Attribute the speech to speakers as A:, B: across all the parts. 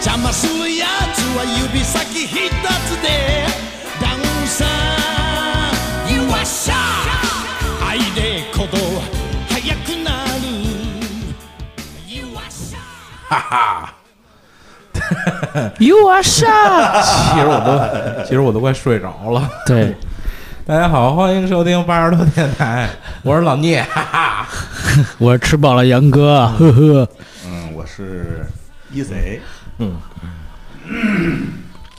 A: 騙すやつは指先一つでダンサーユワッシャー愛で鼓動速くなるユワッシャー
B: ，You are shot。
C: 其实我都，其实我都快睡着了。
B: 对，
C: 大家好，欢迎收听八十多电台，我是老 聂，哈哈。
B: 我吃饱了，杨哥，呵呵。
D: 嗯，我是一贼，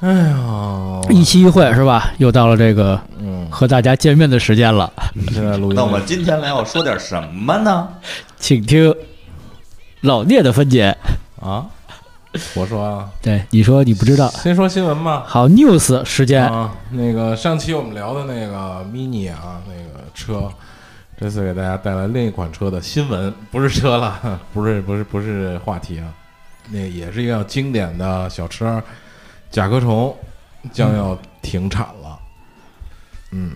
C: 哦
B: 一期一会是吧？又到了这个
C: 嗯
B: 和大家见面的时间了，
C: 现在录音。
D: 那我们今天来要说点什么呢？
B: 请听老聂的分解。
C: 啊，我说啊，
B: 对，你说你不知道。
C: 先说新闻吧。
B: 好，news 时间，
C: 啊，那个上期我们聊的那个 mini 啊，那个车，这次给大家带来另一款车的新闻，不是车了， 不是不是不是话题啊，那也是一辆经典的小车，甲壳虫将要停产了。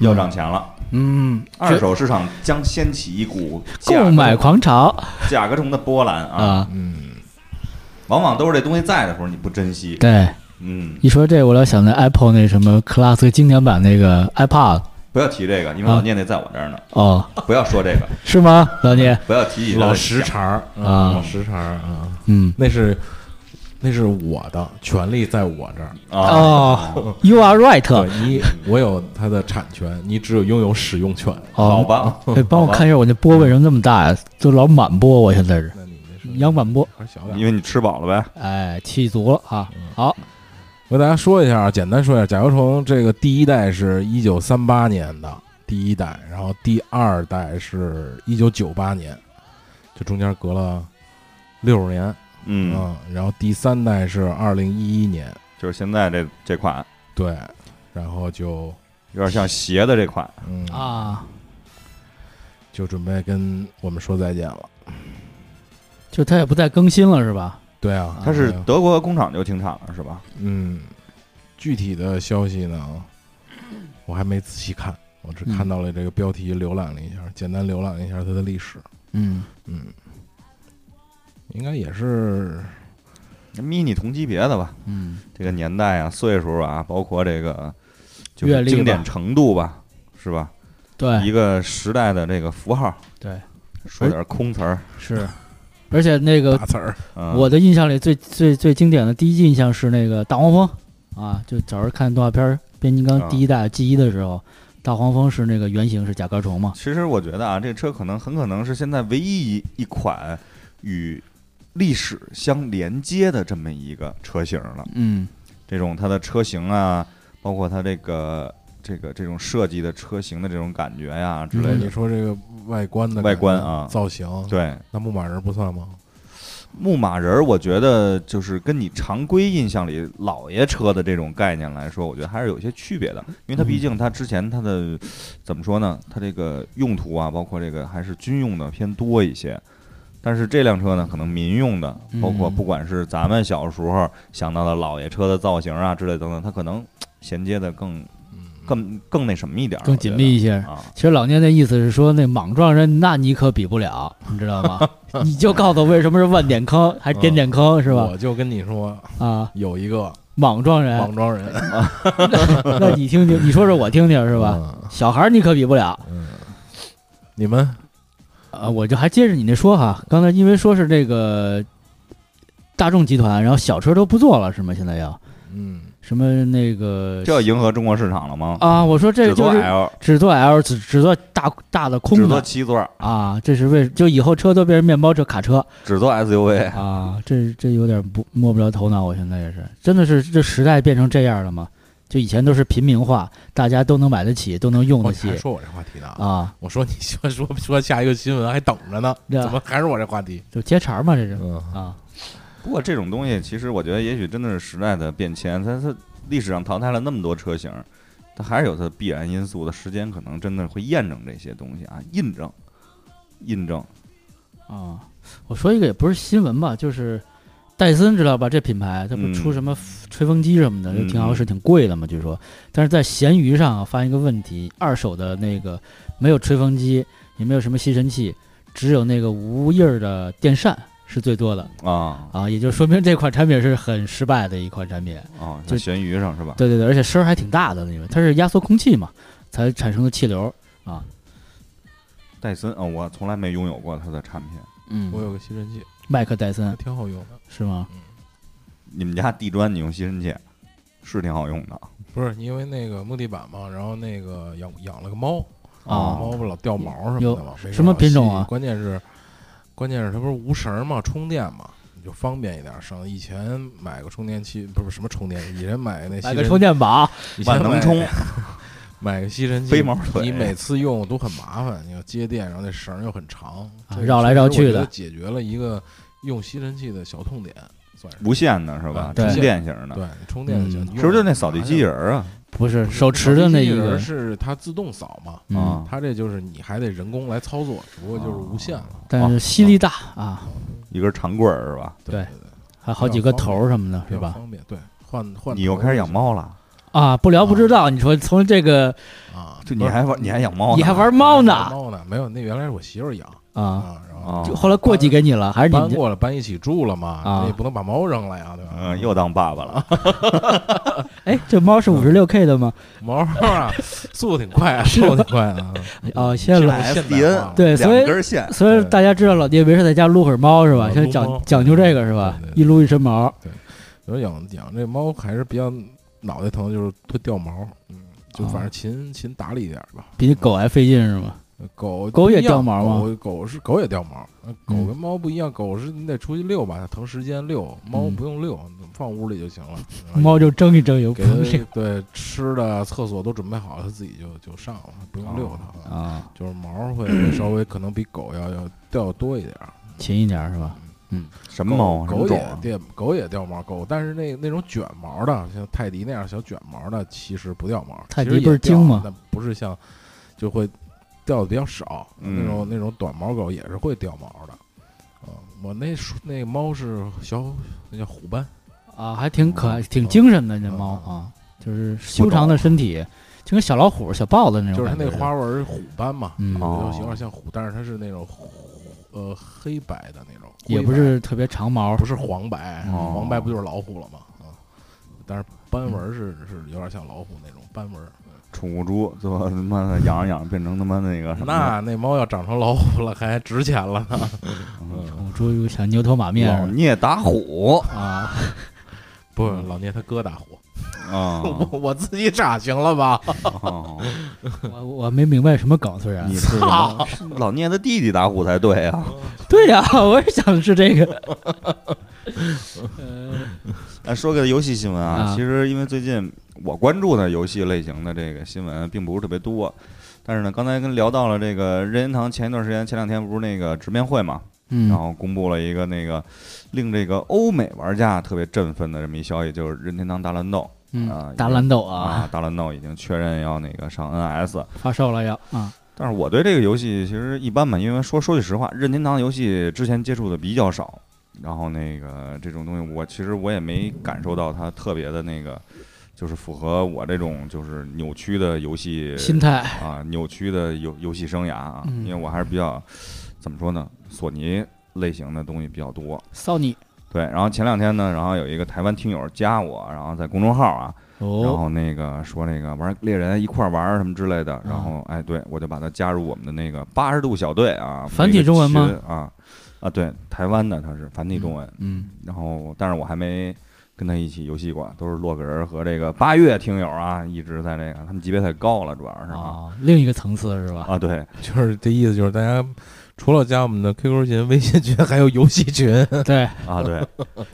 D: 要涨钱了，
B: 嗯，
D: 二手市场将掀起一股价格
B: 购买狂潮
D: 甲壳虫的波澜啊！
B: 啊，
C: 嗯
D: 往往都是这东西在的时候你不珍惜，
B: 对。
D: 嗯，
B: 一说这，我老想到 Apple 那什么 Class 经典版那个 iPod
D: 不要提这个，因为老
B: 啊
D: 聂那在我这儿呢，
B: 哦，
D: 不要说这个，
B: 是吗，老聂？
D: 不要提起
C: 老
D: 时
C: 时
D: 长。
C: 茬儿
B: 啊
C: 老时茬儿啊，
B: 嗯
C: 那是那是我的权利在我这儿，
D: 啊，
B: 哦，You are right。
C: 对你我有它的产权，你只有拥有使用权。
B: 哦，
D: 好吧，
B: 哎，帮我看一下我那波为什么那么大呀？都老满波，我现在是
C: 那你那是
B: 杨满波，
C: 还是小点儿。
D: 因为你吃饱了呗，
B: 哎，气足了啊！
C: 嗯
B: 好，
C: 我给大家说一下，啊，简单说一下，甲壳虫这个第一代是一九三八年的第一代，然后第二代是一九九八年，就中间隔了六十年啊、
D: 嗯，
C: 然后第三代是二零一一年，
D: 就是现在这这款
C: 对，然后就
D: 有点像鞋的这款，
C: 嗯
B: 啊，
C: 就准备跟我们说再见了。
B: 就他也不再更新了是吧？
C: 对啊，
D: 它是
C: 还有
D: 德国工厂就停产了是吧？
C: 嗯，具体的消息呢，我还没仔细看，我只看到了这个标题，浏览了一下，简单浏览了一下它的历史。
B: 嗯，
C: 嗯，应该也是，
D: mini 同级别的吧，
B: 嗯，
D: 这个年代啊、岁数啊，包括这个就
B: 阅
D: 是
B: 历
D: 经
B: 吧哎
D: 典程度吧，是吧？
B: 对
D: 一个时代的这个符号，
B: 对，
D: 说点空词儿，
B: 是，而且那个
C: 大词儿，
D: 嗯，
B: 我的印象里最最最经典的第一印象是那个大黄蜂啊，就小时候看动画片《变形金
D: 啊
B: 刚》第一代 G 一的时候，大黄蜂是那个原型是甲壳虫嘛？
D: 其实我觉得啊，这车可能很可能是现在唯一一一款与历史相连接的这么一个车型了。
B: 嗯，
D: 这种它的车型啊，包括它这个这个这种设计的车型的这种感觉呀、之类
C: 你
D: 的。
C: 说这个外观的
D: 外观
C: 感觉
D: 啊
C: 造型，
D: 对，
C: 那牧马人不算吗？
D: 牧马人儿，我觉得就是跟你常规印象里老爷车的这种概念来说，我觉得还是有些区别的，因为它毕竟它之前它的呃怎么说呢，它这个用途啊，包括这个还是军用的偏多一些。但是这辆车呢，可能民用的，包括
B: 嗯
D: 不管是咱们小时候想到的老爷车的造型啊之类等等，它可能衔接的更更更那什么一点儿，
B: 嗯更
D: 我觉
B: 紧
D: 得
B: 密一些。
D: 啊。
B: 其实老聂那意思是说，那莽撞人，那你可比不 了，你知道吗？你就告诉我为什么是万点 坑，还点点坑是吧？哎
C: 我就跟你说，
B: 啊，
C: 有一个
B: 莽撞人，
C: 莽撞人，
B: 那你听听，你说说我听听是
C: 是
B: 吧？？小孩儿你可比不了，
C: 嗯你们
B: 啊，我就还接着你那说哈，刚才因为说是这个大众集团，然后小车都不做了是吗？现在要
C: 嗯，
B: 什么那个
D: 这要迎合中国市场了吗？
B: 啊？我说这
D: 只做
B: 就是。
D: L，
B: 只做 L，只只做大大的空
D: 只做
B: 的
D: 七座，
B: 啊，这是为就以后车都变成面包车、卡车，
D: 只做 SUV。
B: 啊，这这有点不摸不着头脑，我现在也是，真的是这时代变成这样了吗？就以前都是平民化，大家都能买得起，都能用
D: 哦
C: 我
B: 得起
C: 哦还说我这话题呢啊。
B: 啊，
C: 我说你先说说下一个新闻还等着呢，
B: 对啊
C: 怎么还是我这话题？
B: 就接茬儿嘛，这是
C: 嗯，
B: 啊，
D: 不过这种东西，其实我觉得也许真的是时代的变迁，它它历史上淘汰了那么多车型，它还是有它必然因素的。时间可能真的会验证这些东西啊，印证，印证。
B: 啊，我说一个也不是新闻吧，就是戴森知道吧？这品牌它不
D: 嗯
B: 出什么吹风机什么的，
D: 嗯
B: 就挺好使，挺贵的嘛，据说。但是在闲鱼上、啊、发现一个问题：二手的那个没有吹风机，也没有什么吸尘器，只有那个无印儿的电扇，是最多的
D: 啊
B: 啊，也就说明这款产品是很失败的一款产品。
D: 啊，在
B: 就
D: 咸鱼上是吧？
B: 对对对，而且声儿还挺大的，因为它是压缩空气嘛，才产生的气流。
D: 戴森啊，我从来没拥有过它的产品。
C: 我
B: 嗯，
C: 有个吸尘器，
B: 麦克戴
C: 还
B: 森
C: 挺好用的。
B: 是吗？
D: 你们家地砖你用吸尘器是挺好用的
C: 不是因为那个木地板嘛，然后那个养养了个猫，
B: 啊
C: 猫不老掉毛什么
B: 有
C: 的嘛，没事
B: 什么品种
C: 老
B: 啊
C: 吸关键是，关键是它不是无绳儿嘛，充电嘛，你就方便一点儿，省。以前买个充电器，不是什么充电器，以前买那吸
B: 买
C: 尘
B: 个充电宝，
C: 以前
D: 万能
C: 买
D: 充，
C: 买个吸尘器，
D: 飞毛腿
C: 你每次用都很麻烦，你要接电，然后那绳儿又很长，
B: 啊
C: 这个
B: 绕来绕
C: 确
B: 去的
C: 实我觉得解决了一个用吸尘器的小痛点，算是
D: 无线的是
C: 啊？
D: 吧
B: 对
D: 充电型的，
C: 对充电的小
B: 嗯，
C: 你用
D: 是不是就那扫地机器人儿啊？
B: 不是
C: 拿下？
B: 手持的那一
C: 扫地机器人
B: 个
C: 是它自动扫嘛？
B: 嗯
D: 啊，
C: 它这就是你还得人工来操作，只不过就是无线了。
B: 但是吸
C: 哦
B: 力大啊，
D: 一根长棍儿是吧？
B: 对
C: 对对，
B: 还有好几个头儿什么的，
C: 比
B: 是
C: 较
B: 吧？
C: 方便。对，换换
D: 你又开始养猫了？
B: 啊，不聊不知道，你说从这个
C: 啊？
D: 就你还玩你还养猫呢？
B: 你还玩
C: 不是
B: 猫
C: 养
B: 呢
C: 猫呢？没有，那原来是我媳妇儿养
B: 啊？
C: 啊，然
D: 啊
C: 后
B: 就后来过继给你了，还是你
C: 搬
B: 们家
C: 过来，搬一起住了嘛，
B: 啊
C: 那也不能把猫扔了呀，对吧？
D: 嗯，又当爸爸了。
B: 哎，这猫
C: 嗯
B: 是五十六 K 的吗？
C: 毛啊，速度挺快啊，速度挺快 啊。
B: 哦，谢了。
C: 现代化
D: FDN
B: 对呃所以
D: 两根线
B: 所以大家知道老爹没事在家撸会儿猫是吧？
C: 啊
B: 现在
C: 撸猫
B: 讲讲究这个是吧
C: 对？对对
B: 一撸一身毛，
C: 有养养这猫还是比较脑袋疼，就是会掉毛，嗯，就
B: 啊
C: 反正勤勤打理一点吧。
B: 比那狗还费劲是吗？
C: 狗
B: 狗也
C: 不一样
B: 掉毛吗
C: 狗狗是狗也掉毛，呃狗
B: 嗯
C: 跟猫不一样，狗是你得出去遛吧，它腾时间遛，猫
B: 嗯
C: 不用遛，放屋里就行了。然后
B: 猫就睁一睁有
C: 哎给
B: 不 是
C: 它对吃的、厕所都准备好了，它自己就就上了，不用遛它。
B: 啊，
C: 就是毛会会稍微可能比狗要要掉多一点儿。
B: 勤一点是吧？
D: 什么猫啊？什
C: 狗
D: 么
C: 狗
D: 种
C: 也
D: 啊？
C: 掉狗也掉毛，狗但是那那种卷毛的，像泰迪那样小卷毛的，其实不掉毛。
B: 泰迪
C: 其实也
B: 不是精吗
C: 掉但不是像就会掉的比较少。
D: 嗯
C: 那种那种短毛狗也是会掉毛的。啊、我那属那个猫是小那叫虎斑，
B: 啊，还挺可爱，挺精神的那
C: 嗯
B: 猫啊，就是修长的身体，就跟小老虎、小豹子那
C: 就
B: 种
C: 是它
B: 感觉
C: 那
B: 似的。
C: 花纹儿虎啊斑嘛，
B: 嗯，
D: 哦
C: 就有点像虎，但是它是那种虎呃黑白的那种，
B: 也
C: 灰
B: 不
C: 白
B: 是特别长毛
C: 不是黄白，
D: 哦
C: 黄白不就是老虎了吗？啊，但是斑纹儿是是有点像老虎那种斑纹儿。
D: 宠物猪，最后他妈的养着养着变成他妈那个什么的？
C: 那那猫要长成老虎了，还值钱了呢。
B: 宠物嗯猪，像牛头马面
D: 老
B: 似
D: 聂打 虎
B: 的啊。
C: 不，嗯哦老聂他哥打虎，
D: 啊！
C: 我我自己长行了吧？
D: 哦
B: 我我没明白什么梗，虽然
D: 你是什么是老聂的弟弟打虎才 对啊！
B: 对呀，我也想的是这个。 呃
D: 哎，说个游戏新闻啊，
B: 啊
D: 其实因为最近我关注的游戏类型的这个新闻并不是特别多，但是呢，刚才跟聊到了这个任天堂前一段时间前两天不是那个直面会嘛，
B: 嗯，
D: 然后公布了一个那个令这个欧美玩家特别振奋的这么一消息，就是任天堂大乱斗啊
B: 嗯，打蓝斗
D: 啊
B: 啊，，
D: 大乱斗已经确认要那个上 NS，
B: 发售了要啊。
D: 但是我对这个游戏其实一般吧，因为说说句实话，任天堂的游戏之前接触的比较少，然后那个这种东西我其实我也没感受到它特别的那个，就是符合我这种就是扭曲的游戏
B: 心态，
D: 啊，扭曲的游游戏生涯啊，
B: 嗯
D: 因为我还是比较怎么说呢，索尼类型的东西比较多。
B: 骚你
D: 对，然后前两天呢，然后有一个台湾听友加我，然后在公众号啊，然
B: 哦，
D: 后那个说那个玩猎人一块儿玩儿什么之类
B: 啊
D: 的，然后哎，对我就把他加入我们的那个八十度小队啊，
B: 繁体中文吗
D: 我们一个群啊啊，对，台湾的他是繁体中文，
B: 嗯，
D: 然后但是我还没跟他一起游戏过，都是洛格人和这个八月听友啊，一直在这个，他们级别太高了，主要是啊
B: 哦，另一个层次是吧？
D: 啊，对，
C: 就是这意思，就是大家除了加我们的 QQ 群、微信群，还有游戏 群。
B: 对，
D: 啊对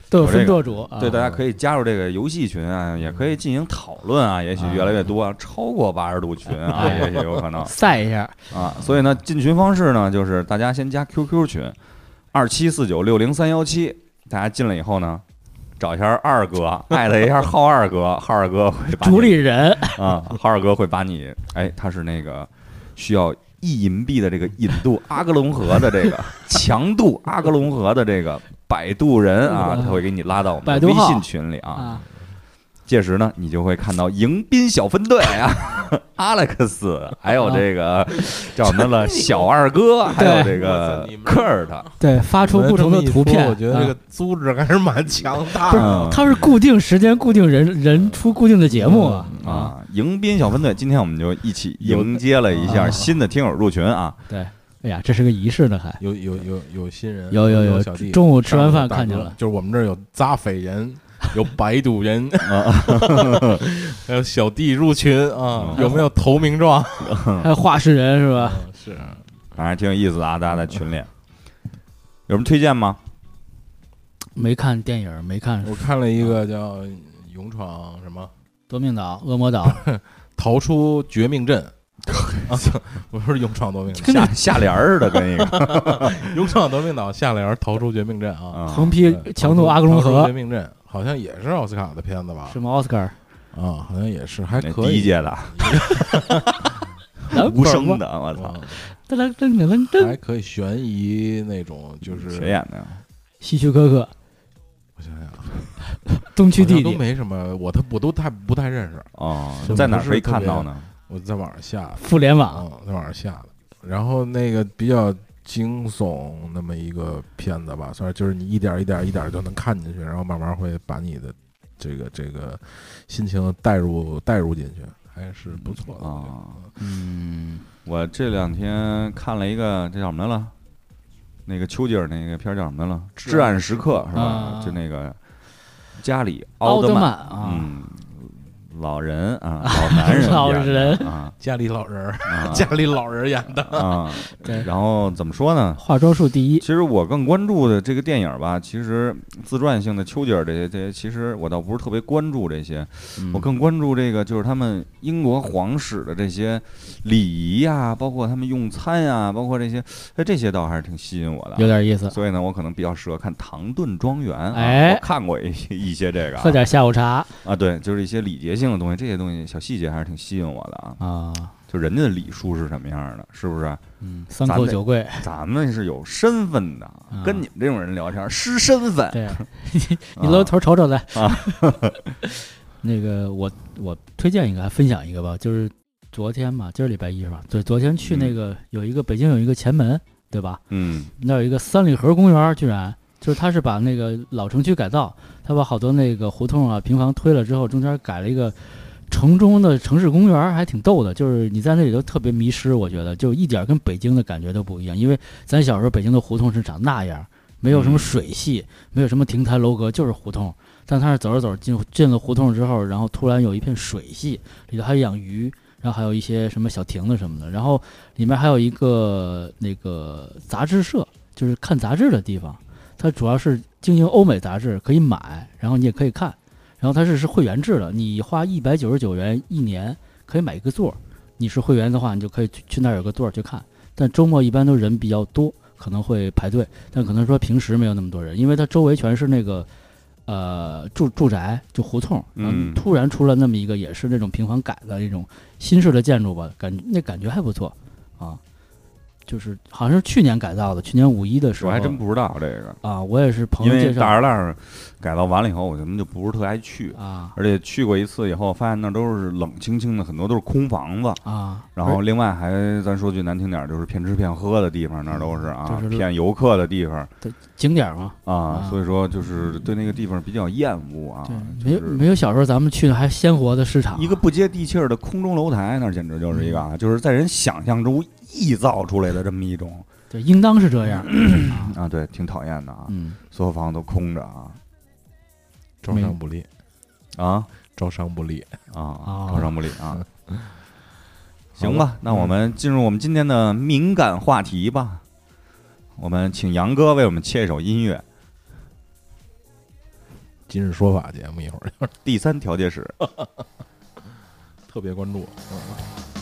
B: 都有
D: 有这
B: 分
D: 个
B: 舵主，啊
D: 对，大家可以加入这个游戏群啊，也可以进行讨论啊，也许越来越多，啊，超过八十度群 啊，
B: 哎
D: 也许有可能。
B: 赛一下，
D: 啊，所以呢，进群方式呢，就是大家先加 QQ 群，二七四九六零三幺七，大家进了以后呢，找一下二哥，艾特一下浩二哥，浩二哥会把你
B: 主理人
D: 啊，浩二哥会把你，哎，他是那个需要一银币的这个引渡阿格隆河的这个强渡阿格 隆河的这个摆渡人啊，他会给你拉到我们
B: 摆
D: 的
B: 渡
D: 微
B: 号
D: 信群里啊。
B: 啊，
D: 届时呢，你就会看到迎宾小分队啊 ，Alex，还有这
C: 哦
D: 个叫什么了，小二哥，还有这
C: 我操
D: 个啊
C: 你们
D: 科尔特，
B: 对，发出不同的
C: 你们这么一
B: 图片。
C: 说我觉得这个
B: 啊
C: 组织还是蛮强大
B: 不
C: 的。
D: 嗯
B: 是，它是固定时间、固定人人出固定的节目啊啊！
D: 啊，迎宾小分队，今天我们就一起迎接了一下
B: 啊
D: 新的听友入群啊，
B: 对，哎呀，这是个仪式呢，还
C: 有有有有新人，
B: 有有
C: 有
B: 有
C: 小弟，
B: 中午吃完饭看见
C: 大
B: 了
C: 哥，就是我们这儿有扎匪人，有摆渡 人，
B: 啊
C: 还有小弟入群
B: 嗯
C: 啊，有没有投名状？
B: 还有画室人 是吧？
C: 是
D: 反正挺有意思的啊，大家在群里有什么推荐吗？
B: 没看电影，没看
C: 我
B: 《
C: 看了一个
B: 嗯
C: 叫《勇闯什么
B: 夺命岛》《恶魔岛》
C: 逃出绝命 镇》啊，不是勇闯夺命岛，
B: 跟
D: 下下联儿似的，跟 一个
C: 勇闯夺命岛下联儿逃出绝命镇啊，
D: 啊，
B: 横批
C: 对
B: 强弩阿格隆
C: 逃出
B: 河
C: 绝，命镇好像也是奥斯卡的片子吧
B: 什？么奥斯卡，
C: 啊，好像也是，还
D: 那
C: 可
D: 第一
C: 以。
D: 届的无声的，我操
C: 啊，
B: 噔噔噔噔 噔，
C: 还可以悬疑那种，就是
D: 谁演的？
B: 希区柯克，
C: 我想想，
B: 东区
C: 好像
B: 弟
C: 都
B: 弟，
C: 没什么，我他我都太不太认识，
D: 哦
C: 是，
D: 在哪
C: 不
D: 儿
C: 是
D: 可以
C: 特
D: 看
C: 别
D: 到呢？
C: 我在网上下的，
B: 妇联网，
C: 嗯，在网上下的。然后那个比较惊悚那么一个片子吧，算是就是你一点儿一点儿一点儿就能看进去，然后慢慢会把你的这个这个心情带入带入进去，还是不错的。我觉得
D: 啊，嗯，我这两天看了一个，这叫什么来了？那个丘吉尔那个片儿叫什么来了？《
C: 至
D: 至
C: 暗
D: 暗时刻》是吧
B: 啊？
D: 就那个家里
B: 奥
D: 德
B: 曼
D: 曼，
B: 啊，
D: 嗯，老人啊，老男人演的，
B: 老人
D: 啊
C: 家里老人儿，
D: 啊
C: 家里老人演的，
D: 啊
B: 对，
D: 然后怎么说呢？
B: 化妆术第一
D: 其实我更关注的这个电影吧，其实自传性的丘吉尔这些这些，其实我倒不是特别关注这些，嗯我更关注这个就是他们英国皇室的这些礼仪呀、包括他们用餐呀、包括这些，哎，这些倒还是挺吸引我
B: 有
D: 的。
B: 点意思，
D: 所以呢，我可能比较适合看《唐顿庄园》啊，
B: 哎
D: 我看过一一些这个、
B: 喝
D: 啊，
B: 点下午茶
D: 啊，对，就是一些礼节性的东西，这些东西小细节还是挺吸引我的啊。
B: 啊，
D: 就人家的礼数是什么样的，是不是？
B: 嗯，三
D: 咱
B: 叩
D: 得
B: 九跪，
D: 咱们是有身份的，
B: 嗯
D: 跟你们这种人聊天失身份。
B: 对，你搂头瞅瞅来
D: 啊。
B: 那个我我推荐一个，还分享一个吧，就是昨天嘛，今儿礼拜一是吧？对，昨天去那个、有一个北京有一个前门，对吧？
D: 嗯
B: 那有一个三里河公园儿，居然就是它是把那个老城区改造，它把好多那个胡同啊、平房推了之后，中间改了一个城中的城市公园儿，还挺逗的。就是你在那里头特别迷失，我觉得就一点儿跟北京的感觉都不一样，因为咱小时候北京的胡同是长那样儿，没有什么水系，没有什么亭台楼阁，就是胡同。但它是走着走着进进了胡同之后，然后突然有一片水系，里头还养鱼，然后还有一些什么小亭子什么的，然后里面还有一个那个杂志社，就是看杂志的地方。它主要是经营欧美杂志，可以买，然后你也可以看。然后它是是会员制的，你花一百九十九元一年可以买一个座儿。你是会员的话，你就可以去去那儿有个座儿去看。但周末一般都人比较多，可能会排队，但可能说平时没有那么多人，因为它周围全是那个呃住住宅就胡同，然后
D: 嗯
B: 突然出了那么一个也是那种平房改的那种新式的建筑吧，感那感觉还不错啊。就是好像是去年改造的，去年五一的时
D: 我
B: 候，
D: 还真不知道这个，
B: 啊，我也是朋
D: 因
B: 友
D: 为
B: 介
D: 大
B: 绍
D: 栅栏改造完了以后，我可能就不是特爱去，
B: 啊
D: 而且去过一次以后，发现那都是冷清清的，很多都是空房子。
B: 啊，
D: 然后另外还咱说句难听点儿，就是骗吃骗喝的地方，那都是啊
B: 嗯就，是
D: 骗游客的地方
B: 景点儿嘛，
D: 啊
B: 啊，
D: 所以说就是对那个地方比较厌恶啊
B: 对，，
D: 就
B: 没有
D: 是
B: 没有小时候咱们去的还鲜活的市场，啊
D: 一个不接地气儿的空中楼台，那简直就是一个
B: 嗯
D: 啊，就是在人想象中臆造出来的这么一种
B: 对，应当是这样，啊
D: 啊，对，挺讨厌的啊，
B: 嗯，
D: 所有房子都空着啊
C: 招商不利，
D: 啊
C: 招商不利。
D: 啊
B: 哦，
D: 招商不利啊。行吧，那我们进入我们今天的敏感话题吧。我们请杨哥为我们切一首音乐，
C: 今日说法节目一会儿
D: 第三调解室。
C: 特别关注，嗯。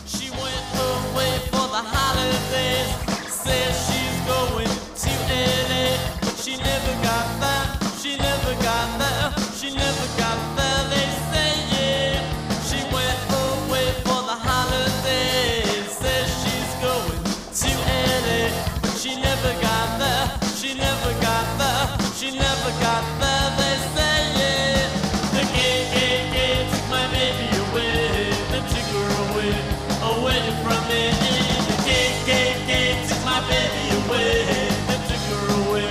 E: She went away for the holidays. Says she's going to LA. She never got there. She never got there. She never got there. They say yeah. She went away for the holidays. Says she's going to LA. But she never got there. She never got there. She never got there. They say yeah. The gay, gay, gay away Oh, from me. The KKK took my baby away. They took her away,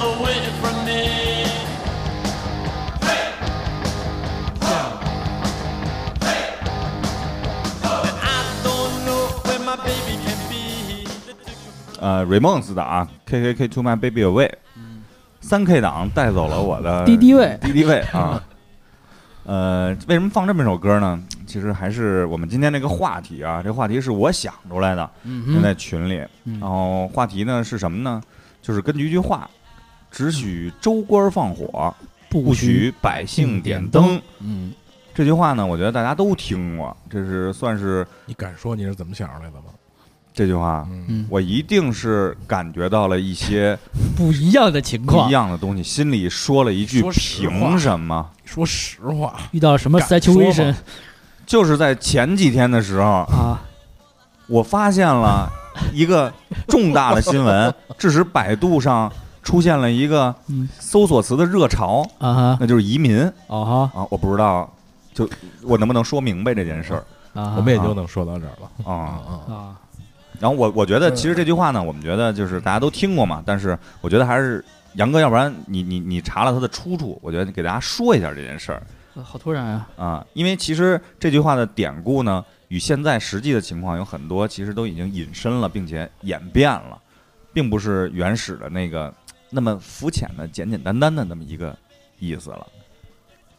E: away from me. And I don't know where my baby can be. They took her
D: 呃 r a y m o n s 的啊，KKK to my baby away，三 K 党带走了我
B: 嗯
D: 的
F: 敌敌畏
D: 敌敌畏啊。呃，为什么放这么一首歌呢？其实还是我们今天这个话题啊，这话题是我想出来的，
B: 嗯
D: 就
B: 哼，
D: 在群里。
B: 嗯
D: 然后话题呢是什么呢？就是根据一句话：“只许州官放火，不许百姓点灯。
C: 嗯，”
D: 这句话呢，我觉得大家都听过，这是算是
C: 你敢说你是怎么想出来的吗？
D: 这句话，
C: 嗯，
B: 嗯，
D: 我一定是感觉到了一些
B: 不一样的情
D: 不
B: 况
D: 一，样的东西，心里说了一句：“
C: 说实话
D: 凭什么
C: 说实话，
B: 遇到什么
C: 敢说吗
B: situation？”
D: 就是在前几天的时候，
B: 啊，
D: 我发 现了一个重大的新闻，致使百度上出现了一个
B: 嗯
D: 搜索词的热潮，
B: 啊哈，
D: 那就是移民
B: 哦
D: 啊！我不知道，就我能不能说明白这件事儿
B: 哈，啊哈，
C: 我们也就能说到这儿了。
D: 啊？
C: 啊啊，
B: 啊，
D: 然后我我觉得其实这句话呢，我们觉得就是大家都听过嘛，但是我觉得还是杨哥，要不然你你你查了他的出处，我觉得你给大家说一下这件事儿。
B: 呃好突然啊，
D: 啊，因为其实这句话的典故呢，与现在实际的情况有很多，其实都已经引申了，并且演变了，并不是原始的那个那么肤浅的、简简单单的那么一个意思了。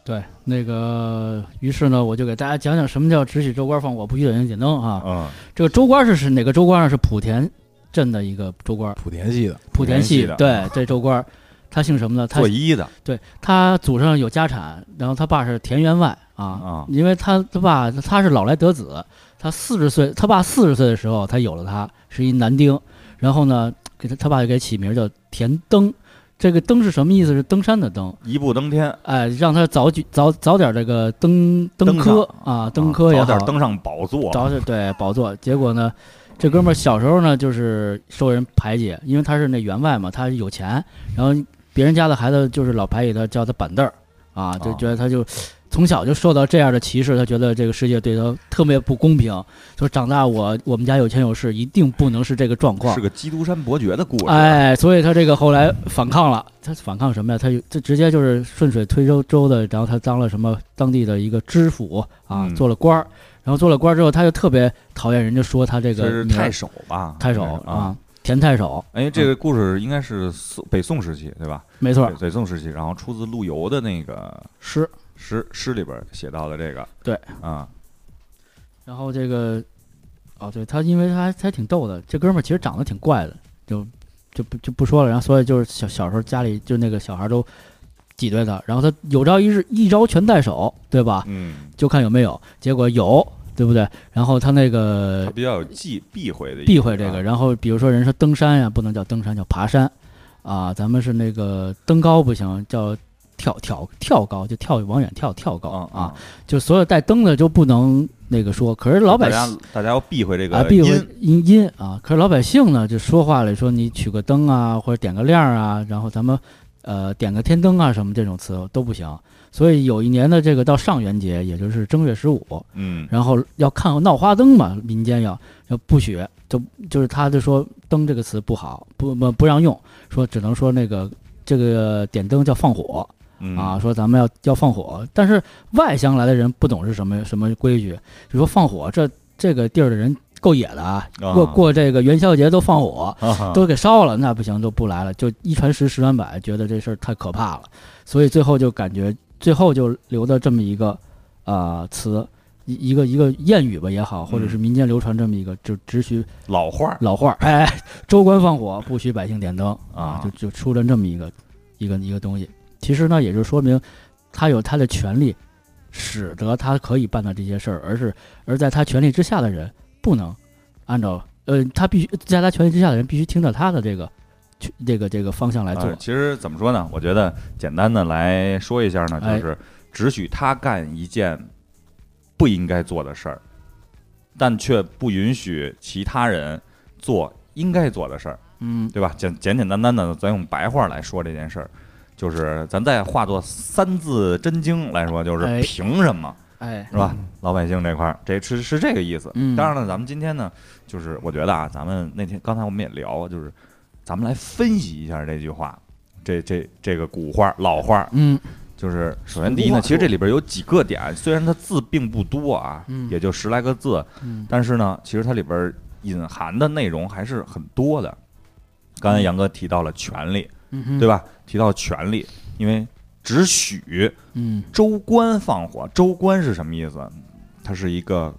B: 对，那个，于是呢，我就给大家讲讲什么叫只许州官放火，不许百姓点灯啊。
D: 嗯，
B: 这个州官是是哪个州官呢？是莆田镇的一个州官，
C: 莆田系的，
B: 莆
D: 田
B: 田
D: 系
B: 系
D: 的
B: 对这州官，他姓什么呢？他
D: 做揖的，
B: 对他祖上有家产，然后他爸是田员外
D: 啊
B: 啊，因为他他爸他是老来得子，他四十岁，他爸四十岁的时候他有了他，是一男丁，然后呢，给他他爸就给起名叫田登，这个登是什么意思？是登山的登，
D: 一步登天，
B: 哎，让他早举早早点这个登
D: 登
B: 登科啊，登科也
D: 早
B: 好，
D: 点登上宝座，
B: 早点对宝座。结果呢，这哥们儿小时候呢就是受人排挤，因为他是那员外嘛，他有钱，然后别人家的孩子就是老排挤他，叫他板凳儿啊，就
D: 哦
B: 觉得他就。从小就受到这样的歧视，他觉得这个世界对他特别不公平。就是长大我我们家有钱有势，一定不能是这个状况
D: 是。个基督山伯爵的故事。
B: 哎，所以他这个后来反抗了，他反抗什么呀？他有这直接就是顺水推舟舟的，然后他当了什么当地的一个知府啊，
D: 嗯
B: 做了官儿。然后做了官儿之后，他就特别讨厌人家说他这
D: 这
B: 个
D: 是
B: 名儿
D: 太守吧？
B: 太守
D: 啊
B: 啊，，田太守，
D: 哎，这个故事应该是宋北宋时期，对吧？
B: 没错
D: 北，北宋时期，然后出自陆游的那个
B: 是。
D: 诗诗里边写到的这个。
B: 对
D: 啊，
B: 然后这个，哦，对他，因为他还他还挺逗的，这哥们儿其实长得挺怪的，就就不就不说了。然后所以就是小小时候家里就那个小孩都挤兑他，然后他有朝一日一招全在手，对吧？
D: 嗯，
B: 就看有没有。结果有，对不对？然后他那
D: 他
B: 个
D: 比较有忌避讳的意思
B: 避讳这个，
D: 啊
B: 然后比如说人说登山啊呀、不能叫登山，叫爬山啊。咱们是那个登高不行，叫跳跳跳高，就跳往远跳跳高
D: 嗯
B: 啊。，就所有带灯的就不能那个说。可是老百
D: 大
B: 姓
D: 家大家要避讳这个
B: 啊，避讳
D: 音
B: 音音啊。可是老百姓呢，就说话里说你取个灯啊，或者点个亮啊，然后咱们呃点个天灯啊什么这种词都不行。所以有一年的这个到上元节，也就是正月十五，
D: 嗯
B: 然后要看闹花灯嘛，民间要要不许，就就是他就说“灯”这个词不好，不不不让用，说只能说那个这个点灯叫放火
D: 嗯
B: 啊，说咱们要要放火。但是外乡来的人不懂是什么什么规矩，就说放火这这个地儿的人够野的啊，
D: 啊
B: 过过这个元宵节都放火，
D: 啊
B: 都给烧了，那不行，就不来了。就一传十，十传百，觉得这事儿太可怕了，所以最后就感觉，最后就留的这么一个，呃，词，一一个一个谚语吧也好，或者是民间流传这么一个，就只许
D: 老话儿
B: 老话儿，哎，州官放火，不许百姓点灯
D: 啊
B: 就就出了这么一个一个一个东西。其实呢，也就说明他有他的权利，使得他可以办到这些事儿，而是而在他权力之下的人不能按照呃，他必须在他权力之下的人必须听着他的这个去这个这个方向来做
D: 啊。其实怎么说呢？我觉得简单的来说一下呢，
B: 哎
D: 就是只许他干一件不应该做的事儿，但却不允许其他人做应该做的事儿，
B: 嗯，
D: 对吧？简简简单单的，咱用白话来说这件事儿，就是咱再化作《三字真经》来说，就是
B: 哎
D: 凭什么？
B: 哎，
D: 是吧？老百姓这块儿，这是是这个意思。
B: 嗯
D: 当然了，咱们今天呢，就是我觉得啊，咱们那天刚才我们也聊，啊就是咱们来分析一下这句话，这这这个古话老话，
B: 嗯
D: 就是首先第一呢，其实这里边有几个点，虽然它字并不多啊，
B: 嗯
D: 也就十来个字，
B: 嗯
D: 但是呢，其实它里边隐含的内容还是很多的。刚才杨哥提到了权利，
B: 嗯，
D: 对
B: 吧？
D: 吧？提到权利，因为只许
B: 嗯，
D: 州官放火，州官是什么意思？它是一个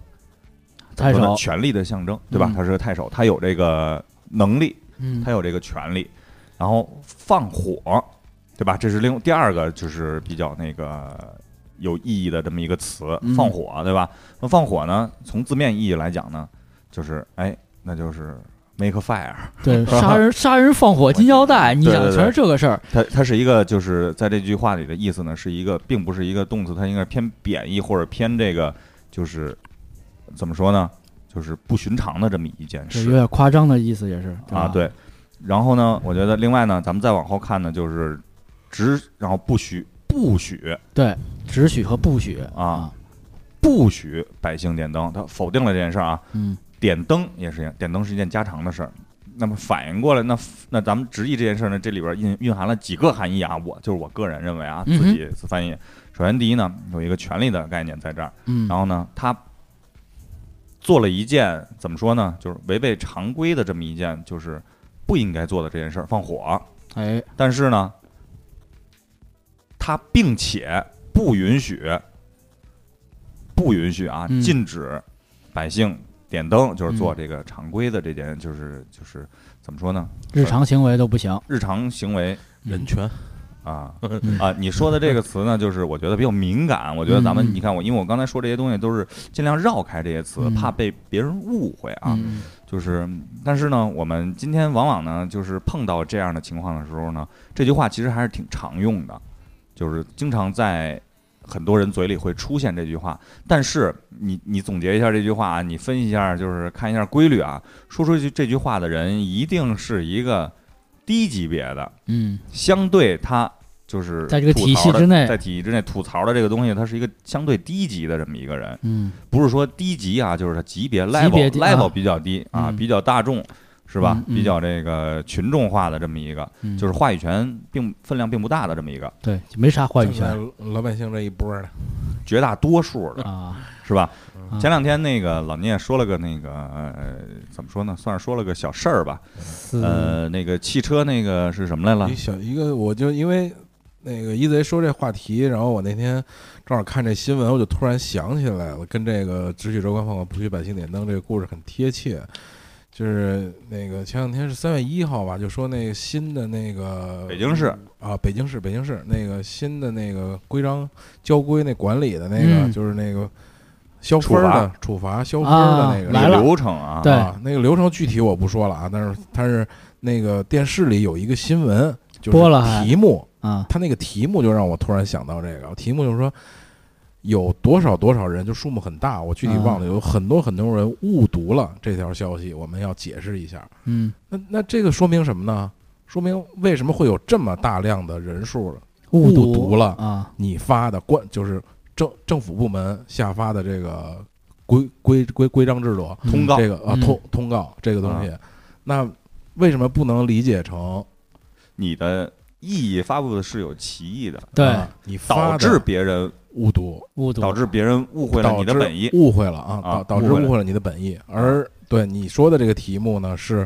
B: 太
D: 说呢
B: 少，
D: 权力的象征，对吧
B: 嗯？
D: 他是个太守，他有这个能力，
B: 嗯
D: 他有这个权利，然后放火，对吧？这是另第二个就是比较那个有意义的这么一个词
B: 嗯，
D: 放火，对吧？那放火呢，从字面意义来讲呢，就是哎，那就是 make a fire，
B: 对杀人杀人放火金腰带，你
D: 对
B: 想的
D: 对
B: 全是这个事儿，
D: 它它是一个就是在这句话里的意思呢，是一个并不是一个动词，它应该是偏贬义或者偏这个就是怎么说呢？就是不寻常的这么一件
B: 对，
D: 事
B: 有。点夸张的意思也是
D: 啊，，对。然后呢，我觉得另外呢，咱们再往后看呢，就是只然后不许不许
B: 对吧对，只许和不许
D: 啊，不许百姓点灯，他否定了这件事儿啊。
B: 嗯
D: 点灯也是一样，点灯是一件家常的事儿。那么反应过来，那那咱们直译这件事儿呢，这里边蕴蕴含了几个含义啊。我就是我个人认为啊，
B: 嗯
D: 自
B: 哼
D: 己自翻译。首先，第一呢，有一个权利的概念在这儿。
B: 嗯，
D: 然后呢，他做了一件怎么说呢，就是违背常规的这么一件，就是不应该做的这件事儿，放火。
B: 哎，
D: 但是呢，他并且不允许，不允许啊，
B: 嗯
D: 禁止百姓点灯，就是
B: 嗯
D: 做这个常规的这件，就是就是怎么说呢，
B: 日常行为都不行，
D: 日常行为
C: 人权，
D: 啊啊！你说的这个词呢，就是我觉得比较敏感。我觉得咱
B: 嗯
D: 们，
B: 嗯
D: 你看我，因为我刚才说这些东西都是尽量绕开这些词
B: 嗯，
D: 怕被别人误会啊。
B: 嗯
D: 就是，但是呢，我们今天往往呢，就是碰到这样的情况的时候呢，这句话其实还是挺常用的，就是经常在很多人嘴里会出现这句话。但是你你总结一下这句话啊，你分析一下，就是看一下规律啊，说出去这句话的人一定是一个低级别的。
B: 嗯，
D: 相对它就是
B: 在这个
D: 吐槽
B: 体系
D: 的
B: 之内
D: 在体系之内吐槽的这个东西，它是一个相对低级的这么一个人，
B: 嗯
D: 不是说低级啊，就是它级别
B: 级别
D: level
B: 低
D: level
B: 啊
D: 比较低啊，
B: 嗯
D: 比较大众是吧
B: 嗯？嗯
D: 比较这个群众化的这么一个，
B: 嗯，
D: 就是话语权并分量并不大的这么一个，
B: 对，就没啥话语权
C: 站在老百姓这一波的，
D: 绝大多数的
B: 啊，
D: 是吧
B: 嗯？
D: 前两天那个老聂说了个那个呃怎么说呢，算是说了个小事儿吧，
B: 是
D: 呃，那个汽车那个是什么来了
C: 一？小一个，我就因为那个一贼说这话题，然后我那天正好看这新闻，我就突然想起来了，跟这个“只许州官放火，不许百姓点灯”这个故事很贴切。就是那个前两天是三月一号吧，就说那个新的那个
D: 北京市
C: 啊，北京市北京市那个新的那个规章交规那管理的那个，
B: 嗯
C: 就是那个消分儿的处罚消分儿的那个
B: 啊来
D: 那
B: 了
D: 个流程啊，
B: 对
C: 啊，那个流程具体我不说了啊，但是它是那个电视里有一个新闻，就
B: 播了还
C: 是题目，
B: 啊，
C: 它那个题目就让我突然想到这个题目，就是说有多少多少人，就数目很大，我具体忘了，
B: 嗯
C: 有很多很多人误读了这条消息，我们要解释一下。
B: 嗯，
C: 那那这个说明什么呢？说明为什么会有这么大量的人数
B: 误
C: 误读了
B: 啊，
C: 你发的官就是政政府部门下发的这个规规规规章制度，
B: 嗯
D: 通告啊
C: 这个啊
B: 嗯
C: 通通告这个东西，那为什么不能理解成
D: 你的意义发布的是有歧义的，
B: 对，
C: 啊你发
D: 导
C: 的
D: 致别人
C: 误读，
B: 误读
D: 导致别人误会了
C: 导
D: 你的
C: 致
D: 本意，
C: 误会了啊，
D: 啊
C: 导导致
D: 误会了
C: 误会了你的本意，而对你说的这个题目呢，是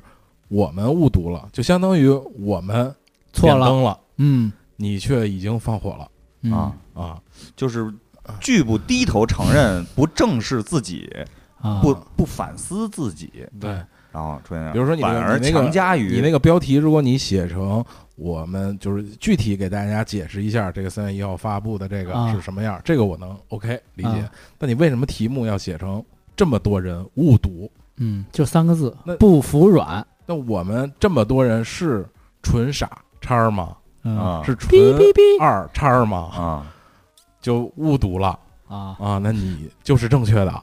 C: 我们误读了，就相当于我们
B: 错
C: 点
B: 了，
C: 灯了，
B: 嗯
C: 你却已经放火了
B: 嗯
D: 啊
C: 啊，
D: 就是拒不低头承认，不正视自己，
B: 啊，
D: 不不反思自己，
C: 对。
D: 然后出现这样，
C: 比如说你那个
D: 反而
C: 你那个
D: 强加于
C: 你那个标题，如果你写成我们就是具体给大家解释一下这个三月一号发布的这个
B: 啊
C: 是什么样，这个我能 OK 理解。
B: 啊
C: 但你为什么题目要写成这么多人误读？
B: 嗯，就三个字
C: 那，
B: 不服软，
C: 那我们这么多人是纯傻叉儿吗？
B: 嗯
D: 啊
C: 是
B: 哔
C: 纯
B: 哔哔
C: 二叉儿吗？
D: 啊，
C: 就误读了
B: 啊，
C: 啊？那你就是正确的，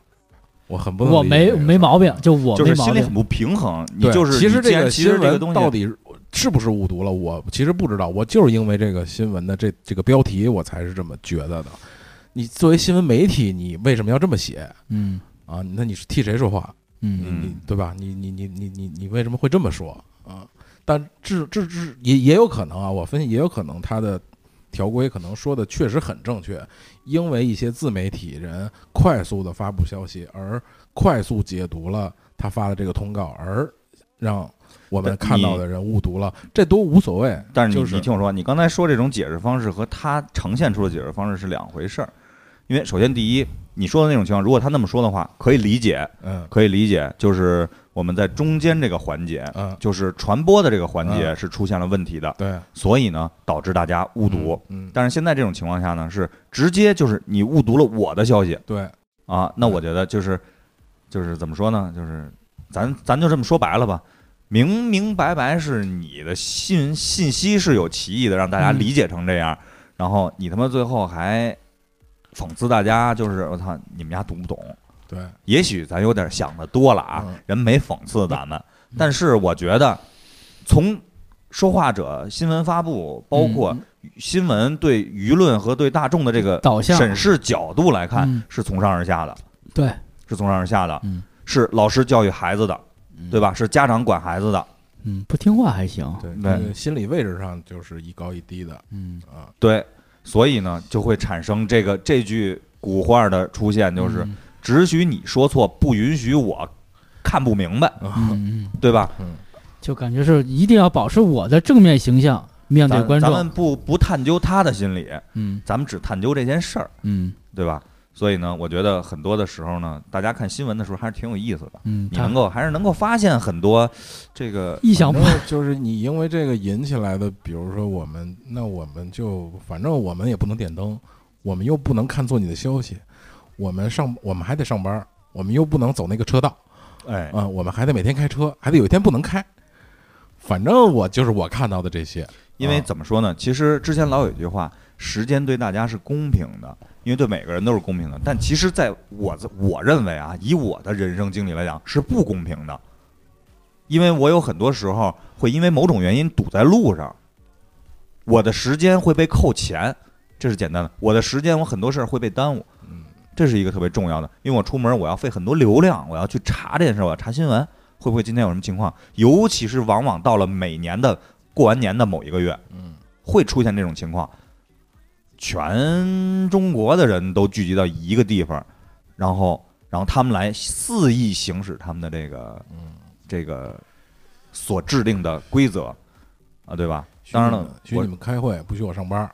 C: 我很不能
B: 我
C: 理解
B: 没
C: 这个事儿
B: 没毛病，就我
D: 就
B: 没
D: 是
B: 哦毛
D: 心里
B: 病
D: 很，不平衡，你
C: 对，
D: 就是
C: 其实
D: 你既
C: 这
D: 然
C: 个
D: 其实
C: 新
D: 这个
C: 闻
D: 东
C: 到
D: 西
C: 底是不是误读了，我其实不知道，我就是因为这个新闻的这这个标题，我才是这么觉得的。你作为新闻媒体，你为什么要这么写
B: 嗯
C: 啊？那你是替谁说话？
B: 嗯
C: 你
D: 嗯
C: 对吧？你你你你你你为什么会这么说啊？但这这这也也有可能啊，我分析也有可能他的条规可能说的确实很正确，因为一些自媒体人快速的发布消息，而快速解读了他发的这个通告，而让我们
D: 但
C: 看到的人误读了，这都无所谓。
D: 但是你、
C: 就是
D: 你听我说，你刚才说这种解释方式和他呈现出的解释方式是两回事儿，因为首先第一，你说的那种情况，如果他那么说的话，可以理解，
C: 嗯
D: 可以理解，就是我们在中间这个环节，
C: 嗯，
D: 就是传播的这个环节
C: 嗯
D: 是出现了问题的，
C: 对，
D: 所以呢，导致大家误读。
C: 嗯，
D: 但是现在这种情况下呢，是直接就是你误读了我的消息
C: 对，
D: 啊，那我觉得就是就是怎么说呢，就是咱咱就这么说白了吧。明明白白是你的信信息是有歧义的，让大家
B: 嗯
D: 理解成这样，然后你他妈最后还讽刺大家，就是我操，你们家读不懂。
C: 对，
D: 也许咱有点想的多了啊，
C: 嗯
D: 人没讽刺咱们，
B: 嗯
D: 但是我觉得从说话者、新闻发布，包括新闻对舆论和对大众的这个
B: 嗯导向
D: 审视角度来看，
B: 嗯
D: 是从上而下的，
B: 对，
D: 是从上而下的，
B: 嗯
D: 是老师教育孩子的，
B: 嗯
D: 对吧？是家长管孩子的，
B: 嗯，不听话还行，
C: 对，
D: 对
C: 那个心理位置上就是一高一低的
B: 嗯
C: 啊，
D: 对，所以呢，就会产生这个这句古话的出现，就是、
B: 嗯
D: 只许你说错，不允许我看不明白，
B: 嗯嗯，
D: 对吧？
B: 就感觉是一定要保持我的正面形象面对
D: 咱
B: 观
D: 咱们
B: 众，
D: 不不探究他的心理，
B: 嗯
D: 咱们只探究这件事儿，
B: 嗯
D: 对吧？所以呢，我觉得很多的时候呢，大家看新闻的时候还是挺有意思的，
B: 嗯，
D: 你
B: 他
D: 能够还是能够发现很多这个
B: 意想不
C: 反正就是你因为这个引起来的，比如说我们，那我们就反正我们也不能点灯，我们又不能看错你的消息，我们上我们还得上班，我们又不能走那个车道
B: 哦
D: 哎
C: 啊、我们还得每天开车，还得有一天不能开。反正我就是我看到的这些，
D: 因为怎么说呢？其实之前老有一句话，时间对大家是公平的，因为对每个人都是公平的。但其实，在我自我认为啊，以我的人生经历来讲，是不公平的，因为我有很多时候会因为某种原因堵在路上，我的时间会被扣钱，这是简单的。我的时间，我很多事儿会被耽误，
C: 嗯，
D: 这是一个特别重要的，因为我出门我要费很多流量，我要去查这件事儿，我要查新闻，会不会今天有什么情况？尤其是往往到了每年的过完年的某一个月，
C: 嗯，
D: 会出现这种情况，全中国的人都聚集到一个地方，然后然后他们来肆意行使他们的这个
C: 嗯
D: 这个所制定的规则啊，对吧？当然了，
C: 许你们许
D: 我
C: 你们开会，不许我上班，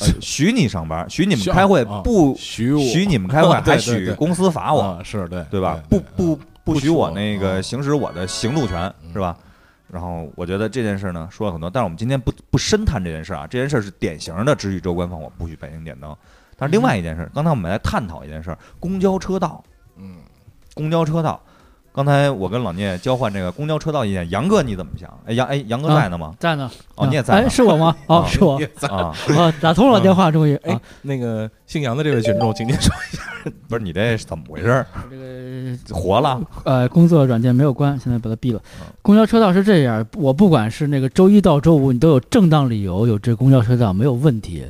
D: 呃许你上班，许你们
C: 许
D: 开会
C: 啊
D: 不
C: 许我
D: 许你们开会，
C: 对
D: 还
C: 对
D: 许
C: 对
D: 公司罚我。
C: 啊，是对
D: 对吧？
C: 对
D: 不
C: 嗯
D: 不不
C: 许
D: 许我
C: 我
D: 那个
C: 嗯
D: 行使我的行路权，是吧？然后我觉得这件事呢说了很多，但是我们今天不不深谈这件事啊，这件事是典型的只许州官放火，不许百姓点灯。但是另外一件事，刚才我们来探讨一件事，公交车道，
C: 嗯，
D: 公交车道。刚才我跟老聂交换这个公交车道意见，杨哥你怎么想？哎杨哎杨哥
B: 啊
D: 在呢吗？
B: 在呢，
D: 哦
B: 嗯
D: 你也在
B: 哎
D: 呢
B: 是我吗？哦
D: 啊
B: 是我，
D: 啊，
B: 哦打通了电话终于
C: 哎
B: 啊，，
C: 那个姓杨的这位群众，请您说，
D: 不是你这是怎么回事？
B: 这个
D: 活了？
B: 呃，工作软件没有关，现在把它闭了。公交车道是这样，我不管是那个周一到周五，你都有正当理由有这公交车道没有问题，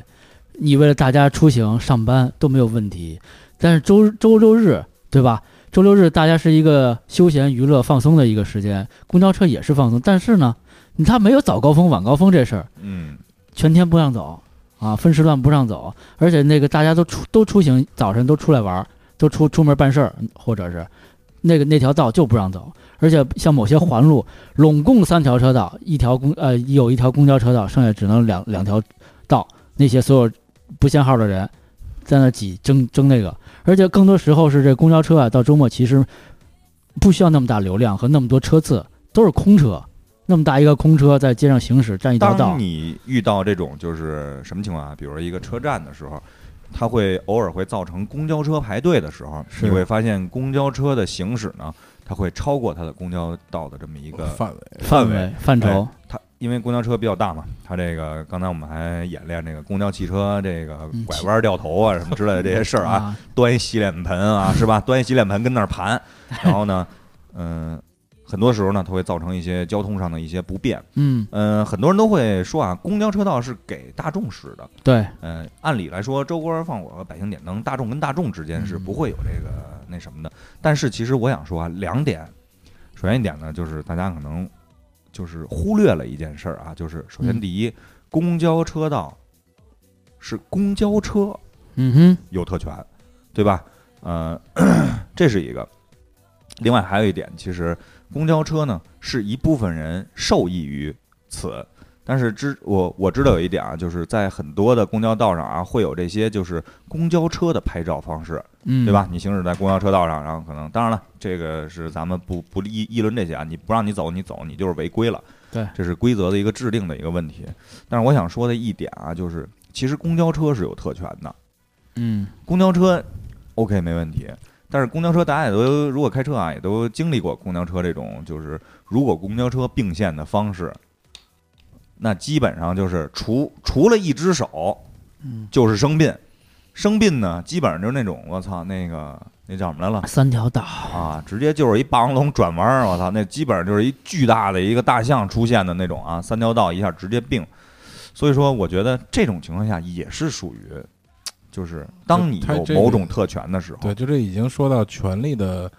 B: 你为了大家出行上班都没有问题。但是周周六日对吧？周六日大家是一个休闲娱乐放松的一个时间，公交车也是放松，但是呢，你它没有早高峰晚高峰这事儿，
D: 嗯，
B: 全天不让走啊，分时段不让走，而且那个大家都出都出行，早晨都出来玩儿，都出出门办事儿，或者是那个那条道就不让走，而且像某些环路，拢共三条车道，一条公呃有一条公交车道，剩下只能两两条道，那些所有不限号的人在那挤争争那个，而且更多时候是这公交车啊，到周末其实不需要那么大流量和那么多车次，都是空车。那么大一个空车在街上行驶，占一条道
D: 当。你遇到这种就是什么情况啊？比如说一个车站的时候，它会偶尔会造成公交车排队的时候，
B: 是
D: 你会发现公交车的行驶呢，它会超过它的公交道的这么一个
C: 范伟，
B: 范
D: 围
B: 围范
D: 哎
B: 畴，
D: 它因为公交车比较大嘛，它这个刚才我们还演练这个公交汽车这个
B: 嗯
D: 拐
B: 汽
D: 弯掉头啊什么之类的这些事儿啊，，端一洗脸盆啊，是吧？端一洗脸盆跟那儿盘，然后呢，嗯、很多时候呢，它会造成一些交通上的一些不便。
B: 嗯，
D: 嗯、很多人都会说啊，公交车道是给大众使的。
B: 对，
D: 嗯、按理来说，周官放火和百姓点灯，大众跟大众之间是不会有这个那什么的。但是其实我想说啊，两点，首先一点呢，就是大家可能就是忽略了一件事儿啊，就是首先
B: 嗯
D: 第一，公交车道是公交车，
B: 嗯
D: 有特权，对吧？呃，这是一个。另外还有一点，其实公交车呢是一部分人受益于此，但是知我我知道有一点啊，就是在很多的公交道上啊，会有这些就是公交车的拍照方式，
B: 哼，嗯，
D: 对吧？？你行驶在公交车道上，然后可能当然了，这个是咱们不不议议论这些啊，你不让你走，你走你就是违规了。
B: 对，
D: 这是规则的一个制定的一个问题。但是我想说的一点啊，就是其实公交车是有特权的，
B: 嗯，
D: 公交车 OK 没问题，但是公交车大家也都如果开车啊，也都经历过公交车这种，就是如果公交车并线的方式，那基本上就是除除了一只手，
B: 嗯
D: 就是生病，生病呢基本上就是那种我操那个那叫什么来了
B: 三条道，
D: 啊，直接就是一霸王龙转弯儿，我操，那基本上就是一巨大的一个大象出现的那种啊，三条道一下直接病。所以说，我觉得这种情况下也是属于，就是当你
C: 他
D: 有
C: 这
D: 某
C: 个
D: 种特权的时候，
C: 对，就这已经说到权力的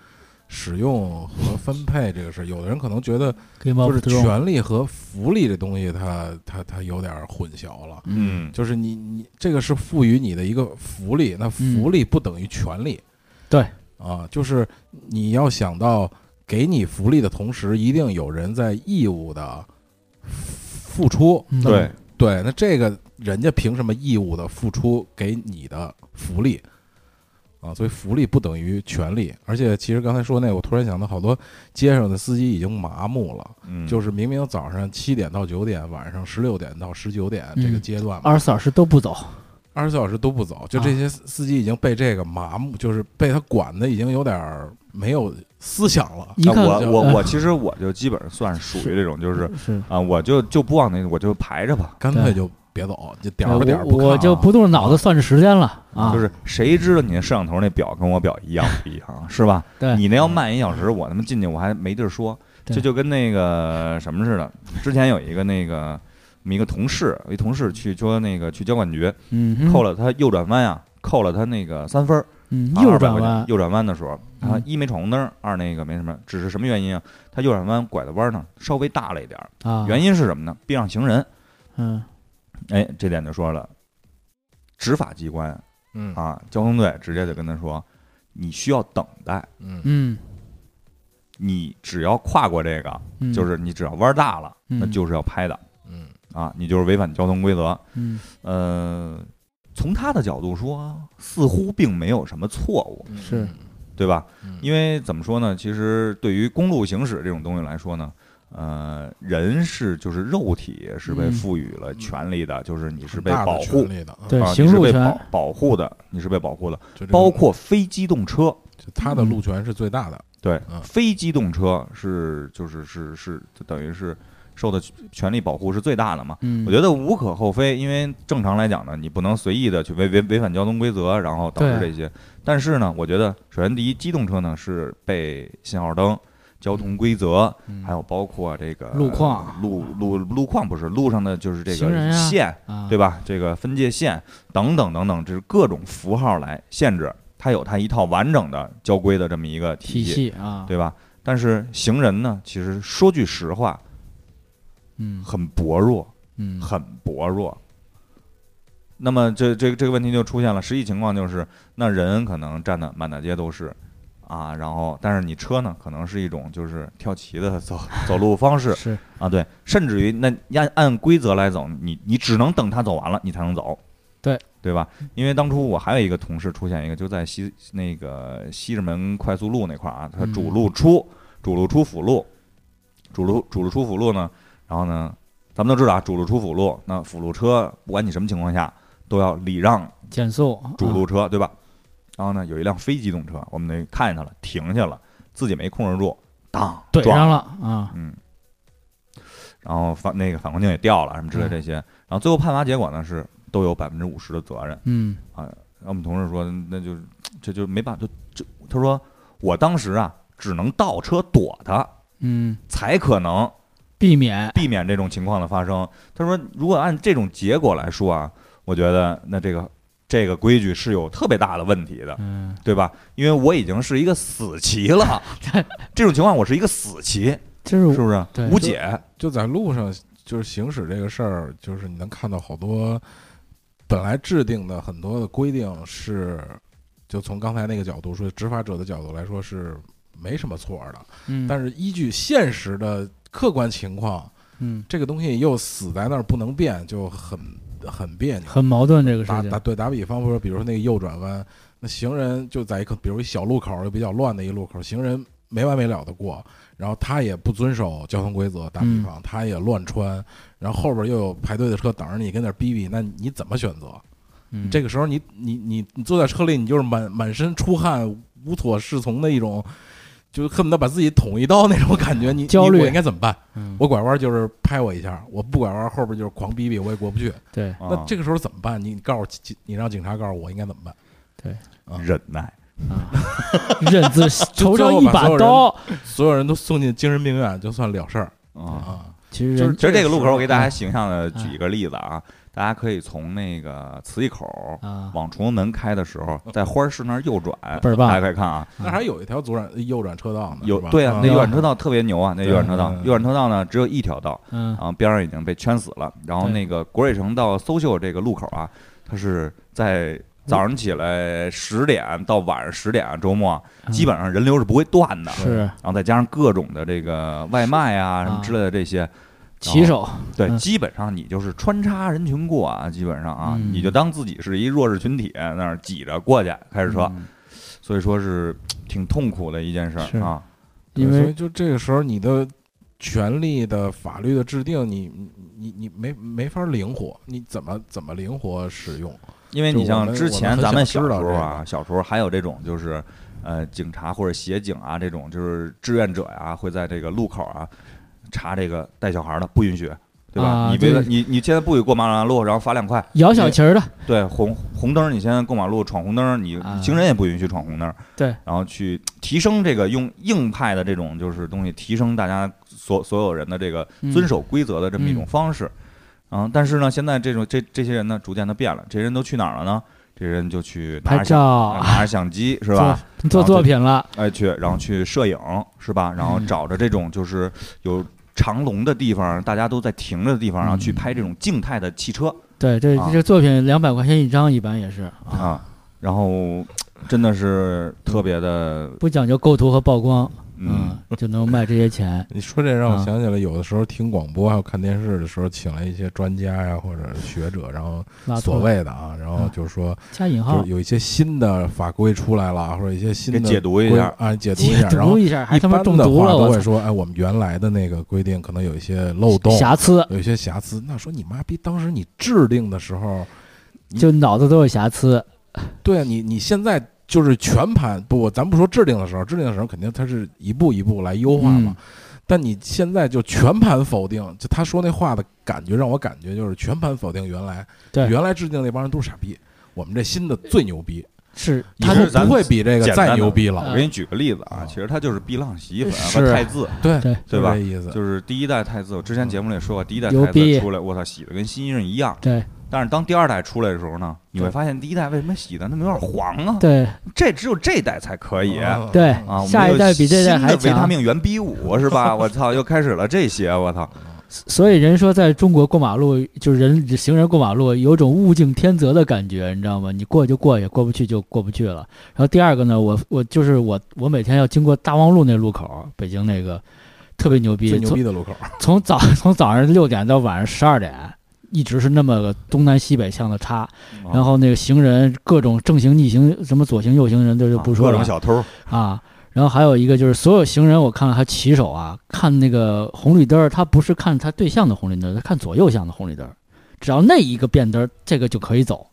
C: 使用和分配这个事儿，有的人可能觉得
B: 可以吗？
C: 就是权力和福利这东西它，它它有点儿混淆了。
D: 嗯，
C: 就是你你这个是赋予你的一个福利，那福利不等于权利。
B: 对
C: 啊，就是你要想到给你福利的同时，一定有人在义务的付出。
B: 嗯
D: 对，
C: 对，那这个人家凭什么义务的付出给你的福利啊？所以福利不等于权利。而且其实刚才说那，我突然想到，好多街上的司机已经麻木了，
D: 嗯，
C: 就是明明早上七点到九点，晚上十六点到十九点这个
B: 嗯
C: 阶段嘛，
B: 二啊十四小时都不走，
C: 二十四小时都不走，就这些司司机已经被这个麻木，就是被他管的已经有点儿没有思想了。
B: 一
D: 那
B: 看
D: 我我
B: 呃
D: 我其实我就基本上算是属于这种，就是
B: 是。
D: 啊，我就就不往那我就排着吧，
C: 干脆就别走，就点儿吧
B: 呃我
C: 点儿看
B: 我
C: 啊
B: 就不动脑子算着时间了啊，
D: 就是谁知道你那摄像头那表跟我表一样不一样，是吧？
B: 对
D: 你那要慢一小时，我他妈进去我还没地儿说，
B: 哎对
D: 这就跟那个什么似的。之前有一个那个我们一个同事，一同事去说那个去交管局，
B: 嗯，
D: 扣
B: 了，
D: 了他右转弯呀，扣了他那个三分儿，啊
B: 嗯，右转
D: 200块钱
B: 弯，
D: 右转弯的时候，他
B: 嗯
D: 一没闯红灯，二那个没什么，只是什么原因啊？他右转弯拐的弯呢稍微大了一点儿，
B: 啊，
D: 原因是什么呢？避让行人。
B: 嗯
D: 哎，这点就说了，执法机关
C: 嗯
D: 啊，交通队直接就跟他说，你需要等待，
C: 嗯
B: 嗯，
D: 你只要跨过这个，
B: 嗯
D: 就是你只要弯大了，
B: 嗯
D: 那就是要拍的
C: 嗯
D: 啊，你就是违反交通规则。
B: 嗯
D: 呃，从他的角度说，似乎并没有什么错误，
C: 嗯
B: 是
D: 对吧？
C: 嗯
D: 因为怎么说呢？其实对于公路行驶这种东西来说呢，呃，人是就是肉体是被
B: 嗯
D: 赋予了权利的，就是你是被
C: 大的
D: 保护
C: 权。利的嗯啊，
B: 对
D: 啊，
B: 行
D: 你是
B: 路
D: 被
B: 权
D: 保保护的，你是被保护的，
C: 就这个
D: 包括非机动车，
C: 就他的路权是最大的。
D: 对
C: 嗯，
D: 非机动车是就是是是就等于是受的权利保护是最大的嘛。
B: 嗯，
D: 我觉得无可厚非，因为正常来讲呢，你不能随意的去违违违反交通规则，然后导致
B: 对
D: 这些。但是呢，我觉得首先第一，机动车呢是被信号灯、交通规则，
B: 嗯
D: 还有包括这个
B: 路况、
D: 路路路况不是路上的就是这
B: 行人
D: 个
B: 啊
D: 线，
B: 啊，
D: 呃对
B: 吧？
D: 吧？这个分界线等等等等，这是各种符号来限制，它有它一套完整的交规的这么一个
B: 体
D: 系，
B: 系啊，，
D: 对吧？但是行人呢，其实说句实话，
B: 嗯
D: 很薄弱，
B: 嗯，
D: 很薄弱。那么这这这个问题就出现了，实际情况就是，那人可能站的满大街都是，啊，然后但是你车呢，可能是一种就是跳棋的走走路方式
B: 是
D: 啊，对，甚至于那按按规则来走，你你只能等他走完了，你才能走，
B: 对
D: 对吧？因为当初我还有一个同事出现一个，就在西那个西直门快速路那块儿啊，他
B: 嗯
D: 主路出、主路出辅路，主路主路出辅路呢，然后呢，咱们都知道啊，主路出辅路，那辅路车不管你什么情况下都要礼让
B: 减速，
D: 主
B: 啊
D: 路车，对吧？然后呢，有一辆非机动车，我们那看见他了，停下了，自己没控制住，当
B: 怼
D: 撞
B: 上了啊，
D: 嗯，然后反那个反光镜也掉了，什么之类这些。
C: 嗯
D: 然后最后判罚结果呢是都有百分之五十的责任。
B: 嗯
D: 然后我们同事说，那就是这就没办法，就就他说我当时啊只能倒车躲他，
B: 嗯，
D: 才可能
B: 避免
D: 避免这种情况的发生。他说，如果按这种结果来说啊，我觉得那这个这个规矩是有特别大的问题的，
B: 嗯
D: 对吧？因为我已经是一个死棋 了，这种情况我是一个死棋，，
B: 就是
D: 是不是
B: 对？
D: 无解，
C: 就在路上，就是行驶这个事儿，就是你能看到好多本来制定的很多的规定是，就从刚才那个角度说，执法者的角度来说是没什么错儿的，
B: 嗯，
C: 但是依据现实的客观情况，
B: 嗯
C: 这个东西又死在那儿不能变，就很很别扭。
B: 很矛盾这个事
C: 打
B: 情
C: 打，对打比方说，比如说那个右转弯，那行人就在一个比如一小路口，又比较乱的一路口，行人没完没了的过，然后他也不遵守交通规则，打
B: 嗯
C: 比方、他也乱穿，然后后边又有排队的车等着你，跟那儿逼逼，那你怎么选择？
B: 嗯
C: 这个时候你你你你坐在车里，你就是满满身出汗、无所适从的一种，就恨不得把自己捅一刀那种感觉。你
B: 焦虑
C: 你我应该怎么办？
B: 嗯
C: 我拐弯就是拍我一下，我不拐弯后边就是狂逼逼，我也过不去。
B: 对
C: 那
D: 啊
C: 这个时候怎么办？你你告诉警，你让警察告诉我应该怎么办？
D: 忍耐。
B: 啊，忍字头上一把
C: 最后把所有人
B: 刀，
C: 所有人都送进精神病院，就算了事儿
D: 啊，
C: 啊。
B: 其实
D: 就是
B: 人
D: 其实这个路口，我给大家
B: 嗯
D: 形象的举一个例子啊，大家可以从那个磁器口
B: 啊，
D: 往崇文门开的时候，在花市那儿右转，
B: 倍儿棒
D: 大家可以看啊，
C: 那还有一条左转右转车道呢，
D: 有
C: 是吧
D: 对啊，那
B: 嗯
D: 右转车道特别牛啊，那
C: 对
D: 右转车道
C: 嗯，嗯
D: 右转车道呢只有一条道，
B: 嗯
D: 然后边上已经被圈死了。然后
B: 对
D: 那个国瑞城到邹秀这个路口啊，它是在早上起来十点到晚上十点啊，周末啊
B: 嗯
D: 基本上人流是不会断的。
B: 是
D: 然后再加上各种的这个外卖啊什么
B: 啊
D: 之类的这些，
B: 骑手，
D: 对，
B: 嗯
D: 基本上你就是穿插人群过啊，基本上啊，
B: 嗯
D: 你就当自己是一弱势群体，那儿挤着过去开着车，
B: 嗯
D: 所以说是挺痛苦的一件事
B: 是
D: 儿啊。
C: 对
B: 因
C: 所以
B: 为
C: 就这个时候，你的权利的法律的制定，你你你没没法灵活，你怎么怎么灵活使用？
D: 因为
C: 就
D: 你
C: 我
D: 像
C: 们
D: 之
C: 我
D: 前
C: 们很
D: 咱
C: 想
D: 们小
C: 知
D: 时
C: 道
D: 候
C: 这
D: 啊，小时候还有这种就是，呃，警察或者协警啊这种就是志愿者呀、会在这个路口啊查这个带小孩的不允许，对吧？
B: 啊
D: 你别
B: 对
D: 你你现在不许过马路，然后罚两块。
B: 摇小旗儿的，
D: 对，红红灯你现在过马路闯红灯，你
B: 啊
D: 行人也不允许闯红灯。
B: 对，
D: 然后去提升这个用硬派的这种就是东西，提升大家所所有人的这个
B: 嗯
D: 遵守规则的这么一种
B: 嗯
D: 方式。然后，但是呢，现在这种这这些人呢，逐渐的变了，这些人都去哪儿了呢？这些人就去拿
B: 拍
D: 着相
B: 照啊
C: 嗯
D: 拿着相机是吧？
B: 做
C: 啊
B: 做作品了，
D: 哎，去，然后去摄影是吧？然后
B: 嗯
D: 找着这种就是有长龙的地方，大家都在停着的地方，然后去
B: 嗯
D: 拍这种静态的汽车。
B: 对，这
D: 啊
B: 这个作品两百块钱一张，一般也是
D: 啊，然后真的是特别的，
B: 不讲究构图和曝光，
D: 嗯，，
B: 就能卖这 些钱，
C: 你说这让我
B: 啊
C: 想起来，有的时候听广播还有看电视的时候，请来一些专家呀或者学者，然后
B: 拉
C: 所
B: 脱
C: 谓的啊，然
B: 嗯
C: 后就是说，
B: 加引
C: 就
B: 号
C: 是，有一些新的法规出来了，或者一些新
D: 给
C: 的
D: 解读一
C: 规
D: 下
C: 啊，解读一
B: 解
C: 下，然后
B: 一下，还
C: 一
B: 他妈
C: 般
B: 中
C: 的
B: 毒
C: 话
B: 了，
C: 都
B: 我
C: 会
B: 操，
C: 说，哎，我们原来的那个规定可能有一些漏洞，
B: 瑕疵，
C: 有一些瑕疵。那说你妈逼，当时你制定的时候，嗯
B: 就脑子都有瑕疵，
C: 对啊，你你现在就是全盘不，咱不说制定的时候，制定的时候肯定它是一步一步来
B: 嗯
C: 优化嘛。但你现在就全盘否定，就他说那话的感觉，让我感觉就是全盘否定原来，
B: 对
C: 原来制定那帮人都是傻逼，我们这新的最牛逼，
B: 是
C: 以
D: 他
C: 后
D: 是咱
C: 不会比这个
D: 简单
C: 再
D: 的
C: 牛逼了，
D: 我
B: 啊
D: 给你举个例子啊，
C: 啊
D: 其实它就是碧浪洗衣粉啊
C: 是
D: 和汰渍，
C: 对
B: 对
C: 就
D: 对吧
C: 这意思。
D: 就是第一代汰渍。我之前节目里也说过，第一代
B: 嗯牛
D: 汰
B: 逼
D: 渍出来，我操，洗的跟新衣裳一样。
B: 对
D: 但是当第二代出来的时候呢，你会发现第一代为什么洗的那么有点黄啊？
B: 对
D: 这只有这代才可以。
C: 啊
B: 对
D: 啊，我们
B: 下一代
D: 又
B: 比这代
D: 新
B: 还
D: 的维他
B: 强
D: 命原 B 五 是吧？我操，又开始了这些，我操，
B: 所以人说，在中国过马路，就是人行人过马路，有种物竞天择的感觉，你知道吗？你过就过去，过不去就过不去了。然后第二个呢，我我就是我，我每天要经过大望路那路口，北京那个特别牛逼，
C: 最牛
B: 从
C: 逼的路口，
B: 从早 从早上六点到晚上十二点，一直是那么个东南西北向的插。然后那个行人各种正行逆行，什么左行右行人，这就
D: 啊
B: 不说
D: 各
B: 了
D: 种小偷，
B: 啊。然后还有一个就是，所有行人我看了他骑手啊，看那个红绿灯儿，他不是看他对向的红绿灯儿，他看左右向的红绿灯儿，只要那一个变灯儿，这个就可以走。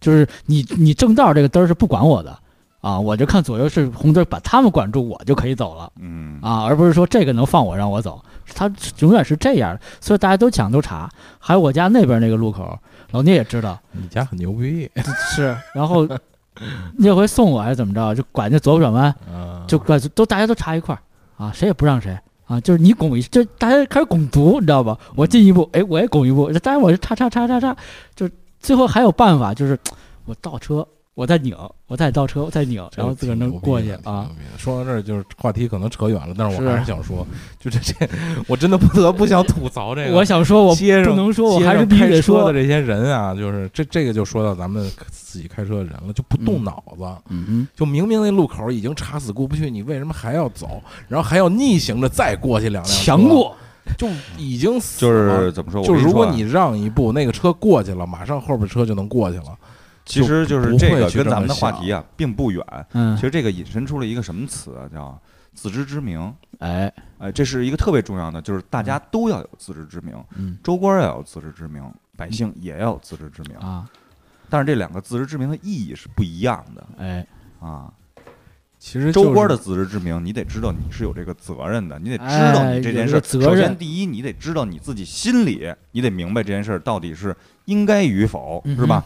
B: 就是你你正道这个灯儿是不管我的啊，我就看左右是红灯儿，把他们管住，我就可以走了
D: 嗯，
B: 啊，而不是说这个能放我让我走，他永远是这样的，所以大家都抢都查。还有我家那边那个路口，老聂也知道，
C: 你家很牛逼，
B: 是，然后 那回送我还是怎么着，就拐那左转弯，
C: 啊
B: 就关都大家都插一块儿啊，谁也不让谁啊，就是你拱一，就大家开始拱足，你知道吧？我进一步，
C: 嗯
B: 哎，我也拱一步，当然我是叉叉叉叉叉，就是最后还有办法，就是我倒车，我再拧，我再倒车，我再拧，然后自个儿能过去啊。。
C: 说到这儿，就是话题可能扯远了，但是我
B: 是
C: 还是想说，就这这，我真的不得不想吐槽这个。
B: 我想说，我
C: 街上
B: 不能说，我
C: 街
B: 还是
C: 上
B: 必须
C: 开
B: 得
C: 车的。
B: 说
C: 这些人啊，就是这这个就说到咱们自己开车的人了，就不动
B: 嗯
C: 脑子，
B: 嗯哼，
C: 就明明那路口已经插死过不去，你为什么还要走？然后还要逆行着再过去两辆车
B: 强，过，
C: 就已经死
D: 就
C: 了
D: 是怎么说？我
C: 就
D: 跟
C: 如
D: 说
C: 果
D: 啊
C: 你让一步，那个车过去了，马上后边车就能过去了。
D: 其实
C: 就
D: 就是
C: 不
D: 这
C: 会
D: 个
C: 去
D: 跟
C: 这
D: 咱
C: 么
D: 们的话
C: 想
D: 题啊并不远。
B: 嗯
D: 其，实这个引申出了一个什么词啊？叫自知之明。
B: 哎，
D: 哎，这是一个特别重要的，就是大家
C: 嗯
D: 都要有自知之明，
B: 嗯
D: 州官要有自知之明，百姓也要有自知之明。
C: 嗯
B: 啊，
D: 但是这两个自知之明的意义是不一样的
B: 哎，
D: 啊。
C: 其实
D: 州官
C: 的
D: 的自知之明，你得知道你是有这个责任的，你得知道
B: 哎
D: 你这
B: 有
D: 件
B: 这
D: 事
B: 个
D: 儿。
B: 责
D: 首先，
B: 任
D: 第一，你得知道你自己心里，你得明白这件事儿到底是应该与否，
B: 嗯哼
D: 是吧？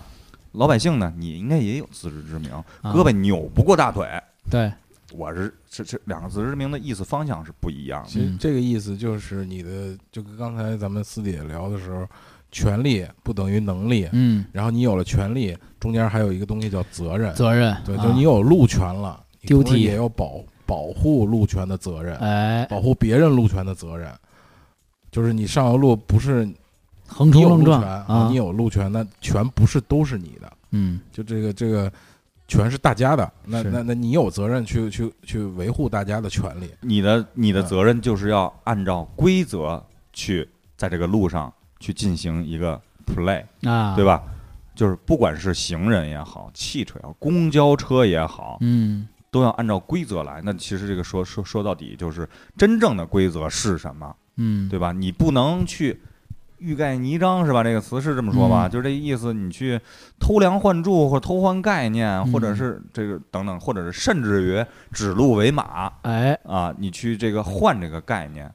D: 老百姓呢，你应该也有自知之明，
B: 啊
D: 胳膊扭不过大腿。
B: 对，
D: 我是这这两个自知之明的意思方向是不一样的。
C: 其实
B: 嗯
C: 这个意思就是你的，就跟刚才咱们私底下聊的时候，权利不等于能力，
B: 嗯，
C: 然后你有了权利，中间还有一个东西叫责任，
B: 责任，
C: 对，
B: 啊
C: 就是你，有路权了，你同时
B: Duty
C: 也有保保护路权的责任，
B: 哎，
C: 保护别人路权的责任，就是你上条路不是你
B: 横冲
C: 有
B: 愣
C: 路
B: 撞
C: 权
B: 啊
C: 你，有路权，那权不是都是你的，
B: 嗯，
C: 就这个这个。权是大家的，那
B: 是
C: 那那你有责任去去去维护大家的权利，
D: 你的你的
C: 嗯
D: 责任就是要按照规则去在这个路上去进行一个 play，
B: 啊，
D: 对？吧？就是不管是行人也好，汽车也好，公交车也好，
B: 嗯，
D: 都要按照规则来。那其实这个说说说到底就是真正的规则是什么，
B: 嗯，
D: 对吧？你不能去欲盖弥彰，是吧？这个词是这么说吧？
B: 嗯
D: 就是这意思，你去偷梁换柱或者偷换概念，或者
B: 嗯
D: 是这个等等，或者是甚至于指鹿为马
B: 哎，
D: 啊，你去这个换这个概念。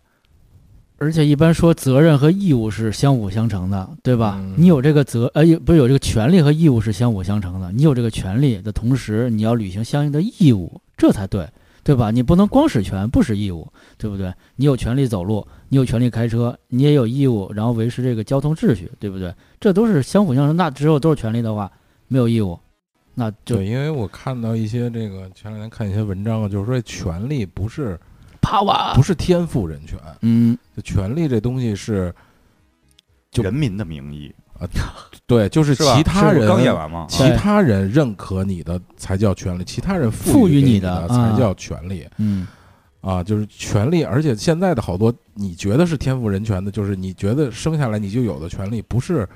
B: 而且一般说责任和义务是相辅相成的，对吧？
C: 嗯
B: 你有这个责，呃，有不是有这个权利和义务是相辅相成的。你有这个权利的同时，你要履行相应的义务，这才对，对吧？你不能光使权不使义务，对不对？你有权利走路，你有权利开车，你也有义务，然后维持这个交通秩序，对不对？这都是相辅相成。那只有都是权利的话，没有义务，那就
C: 对，因为我看到一些这个前两天看一些文章啊，就是说权力不是
B: 啪哇
C: 不，是天赋人权，
B: 嗯，
C: 就权力这东西是就
D: 人民的名义，
C: 对，就是
D: 是吧？
C: 其他
D: 是我
C: 人
D: 刚演完吗？
C: 其
B: 对
C: 他人认可你的才叫权利，其他人
B: 赋予
C: 予
B: 你
C: 你
B: 的啊
C: 才叫权利
B: 嗯，
C: 啊，就是权利。而且现在的好多你觉得是天赋人权的，就是你觉得生下来你就有的权利，不是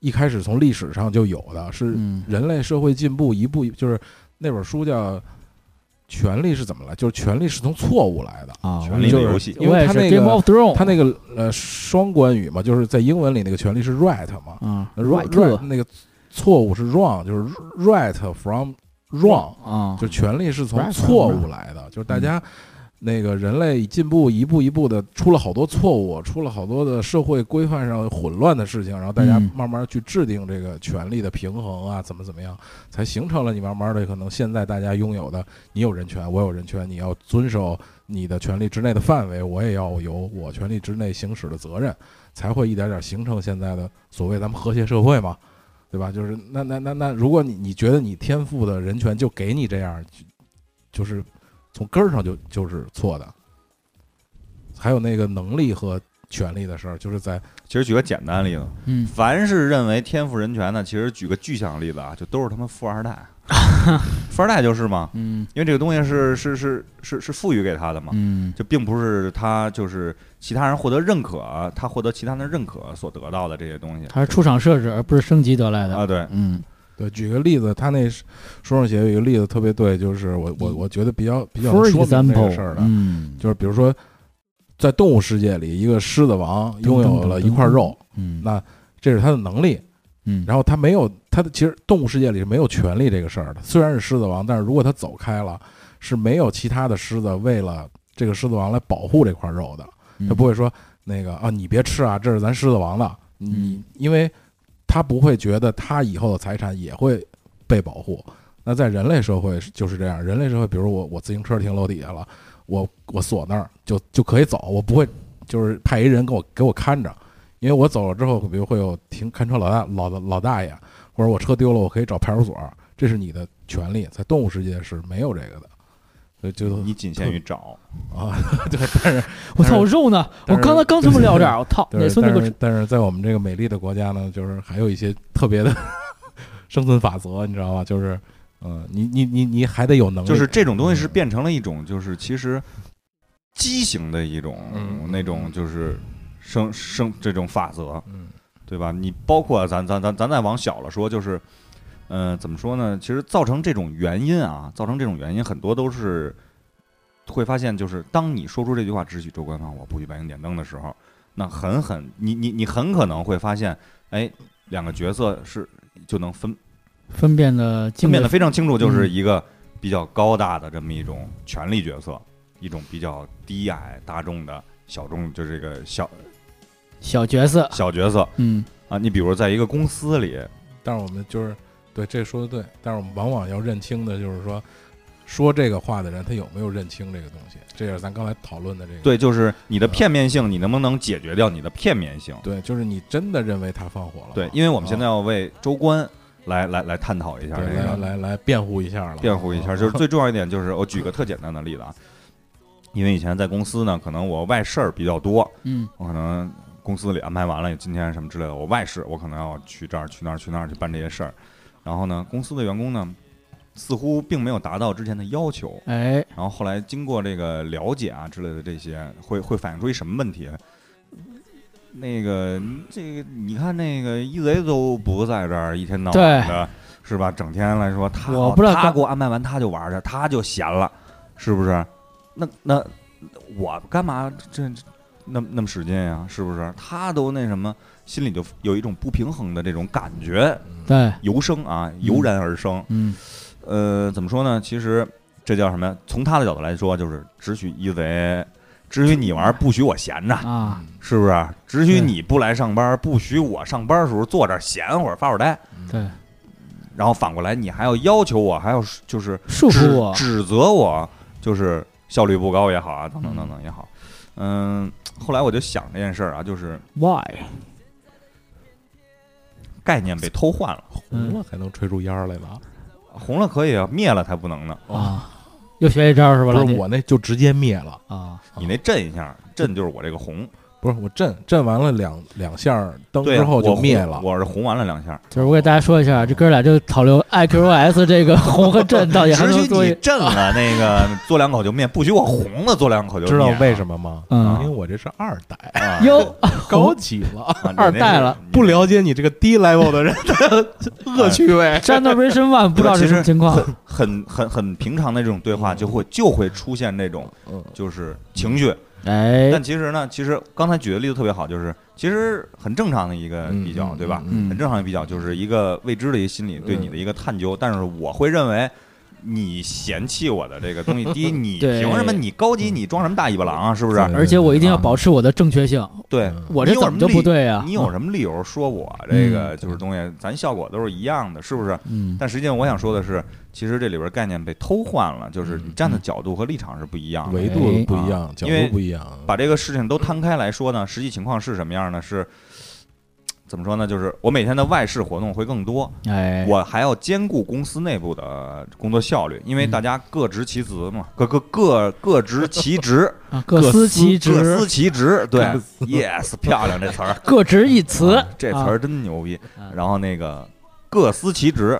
C: 一开始从历史上就有的，是
B: 嗯
C: 人类社会进步一步就是那本书叫。权利是怎么来？就是权利是从错误来的。
B: 啊，
D: 权
B: 我
D: 力
B: 就
D: 的
B: 是
D: 游戏，
C: 因为
B: 我也
C: 他
B: 是
C: 那
B: Game
C: 个
B: of Thrones，
C: 他那个呃双关语嘛，就是在英文里那个权利是 right 嘛，
B: 啊
C: 那 right,
B: ，right
C: 那个错误是 wrong，就是 right from wrong，
B: 啊，
C: 就权利是从
B: Right from
C: 错误来的，就是大家。那个人类进步一步一步的出了好多错误，出了好多的社会规范上混乱的事情，然后大家
B: 嗯
C: 慢慢去制定这个权利的平衡啊，怎么怎么样，才形成了你慢慢的可能现在大家拥有的，你有人权，我有人权，你要遵守你的权利之内的范围，我也要有我权利之内行使的责任，才会一点点形成现在的所谓咱们和谐社会嘛，对吧？就是那那那那，如果你你觉得你天赋的人权就给你这样，就就是从根儿上就就是错的。还有那个能力和权利的事儿，就是在
D: 其实举个简单例子，
B: 嗯，
D: 凡是认为天赋人权的，其实举个具象例子啊，就都是他妈富 二代。富二代就是嘛，
B: 嗯
D: 因为这个东西是是是是是赋予给他的嘛，
B: 嗯，
D: 就并不是他就是其他人获得认可，他获得其他人的认可所得到的这些东西
B: 它是出厂设置，而不是升级得来的。
D: 啊。对，
B: 嗯
C: 对，举个例子，他那书上写有一个例子特别对，就是我我
B: 嗯
C: 我觉得比较比较能
B: ，for
C: 说明这个
B: example，
C: 事儿的，
B: 嗯，
C: 就是比如说，在动物世界里，一个狮子王拥有了一块肉，
B: 嗯，
C: 那这是他的能力，
B: 嗯，
C: 然后他没有他的，其实动物世界里是没有权利这个事儿的。虽然是狮子王，但是如果他走开了，是没有其他的狮子为了这个狮子王来保护这块肉的。
B: 后
C: 他不会说那个啊，你别吃啊，这是咱狮子王的，你
B: 嗯
C: 因为他不会觉得他以后的财产也会被保护。那在人类社会是就是这样，人类社会，比如我我自行车停楼底下了，我我锁那儿就就可以走，我不会就是派一人给我给我看着，因为我走了之后，比如会有停看车老大老老大爷，或者我车丢了，我可以找派出所，这是你的权利，在动物世界是没有这个的，所以就
D: 你 仅限于找，
C: 啊，对，但是
B: 我操，我肉呢？我
C: 但是
B: 刚才刚他妈聊这儿，我操，
C: 对，
B: 哪孙子给
C: 但
B: 我
C: 是但是在我们这个美丽的国家呢，就是还有一些特别的 生存法则，你知道吧？就是，嗯、你你你你还得有能力，嗯
D: 就是这种东西是变成了一种，就是其实畸形的一种、
C: 嗯
D: 那种就是生生这种法则，
C: 嗯
D: 对吧？你包括咱咱咱咱再往小了说，就是，呃，怎么说呢？其实造成这种原因啊，造成这种原因很多都是会发现，就是当你说出这句话“只许州官放火，不许百姓点灯”的时候，那很很你你你很可能会发现，哎，两个角色是就能分
B: 分辨的镜
D: 分
B: 面
D: 辨得非常清楚，就是
B: 嗯
D: 一个比较高大的这么一种权力角色，一种比较低矮大众的小众，就是这个小
C: 啊
B: 小角色，
D: 小角色
B: 嗯，
D: 啊。你比如在一个公司里，
C: 但是我们就是对这说的对，但是我们往往要认清的就是说，说这个话的人他有没有认清这个东西，这也是咱刚才讨论的这个。
D: 对，就是你的片面性，你能不能解决掉你的片面性？
C: 对，就是你真的认为他放火了吗？
D: 对，因为我
C: 啊
D: 们现在要为州官来来来探讨一下
C: 对
D: 这
C: 来
D: 个，
C: 来来辩护一下了，
D: 辩护一下。
C: 啊
D: 就是最重要一点，就是我举个特简单的例子啊，因为以前在公司呢，可能我外事儿比较多，
B: 嗯，
D: 我可能公司里安排完了，今天什么之类的，我外事，我可能要去这儿、去那儿、去那儿去办这些事儿。然后呢，公司的员工呢，似乎并没有达到之前的要求。
B: 哎，
D: 然后后来经过这个了解啊之类的这些，会会反映出一什么问题？那个这个，你看那个一贼都不在这儿，一天到晚的，是吧？整天来说他，
B: 我不知道
D: 他
B: 干
D: 给我安排完他就玩去，他就闲了，是不是？那那我干嘛这这那那么使劲呀、是不是？他都那什么，心里就有一种不平衡的这种感觉
B: 对，
D: 由生啊，油然而生。
B: 嗯，
D: 呃，怎么说呢？其实这叫什么呀？从他的角度来说，就是只许一贼，只许你玩，不许我闲着，
B: 啊，
D: 是不是？只
B: 对
D: 许你不来上班，不许我上班的时候坐这儿闲会儿发会儿呆。
B: 对，
D: 然后反过来，你还要要求我，还要就是
B: 束
D: 指
B: 缚我，
D: 指责我，就是效率不高也好啊，等等等等也好。嗯，后来我就想这件事儿啊，就是
B: why？
D: 概念被偷换了，
C: 红了才能吹出烟儿来了，
D: 红了可以啊，灭了才不能呢。
B: 啊，又学一招是吧？
C: 不
B: 老
C: 是
B: 聂
C: 我那就直接灭了。
B: 啊，
D: 你那震一下，震就是我这个红，
C: 不是我震震完了两两下儿灯
D: 对
C: 之
D: 啊，
C: 后就
D: 我红
C: 灭了，
D: 我是红完了两下。
B: 就是我给大家说一下，这哥俩就讨论 IQS 这个红和震到底还
D: 只
B: 能
D: 许
B: 做
D: 你
B: 一，
D: 震了 那个嘬两口就灭，不许我红了嘬两口就灭。
C: 知道为
D: 么？
C: 什么吗？因为
B: 嗯，
C: 我这是二代，
D: 啊、
B: 哟，
C: 高级 了，
D: 啊
B: 二代了，
D: 你那是
C: 不了解你这个低 level 的人的恶趣 味。
B: 战斗 version one 不知道是什么情况，嗯
D: 你很很很平常的这种对话，就会就会出现这种
C: 嗯
D: 就是情绪。
B: 哎，
D: 但其实呢，其实刚才举的例子特别好，就是其实很正常的一个比较，
C: 嗯
D: 对吧？
B: 嗯
D: 很正常的比较，就是一个未知的一个心理对你的一个探究。但是我会认为。你嫌弃我的这个东西， 第一，你
B: 对嗯
D: 凭什么？你高级，你装什么大尾巴狼啊？是不是？
C: 对
B: 而且我一定要保持我的正确性，
D: 对，
B: 我这怎么就不对啊嗯呀？
D: 嗯你有什么理由说我这个就是东西，咱效果都是一样的，是不是？
B: 嗯，
D: 但实际上我想说的是，其实这里边概念被偷换了，就是你
B: 嗯
D: 站的角度和立场是不一样的。
B: 哎
C: 维度
B: 啊
C: 不一样，角
D: 啊因为
C: 度不一样，
D: 把这个事情都摊开来说呢，实际情况是什么样呢？是怎么说呢？就是我每天的外事活动会更多，
B: 哎，
D: 我还要兼顾公司内部的工作效率，因为
B: 嗯
D: 大家各执其责嘛，各各各各执其职，
B: 啊各司其职，
D: 各司其职。对，yes，漂亮这词儿。
B: 各执一词
D: 啊，这词儿真牛逼
B: 啊。
D: 然后那个各司其职，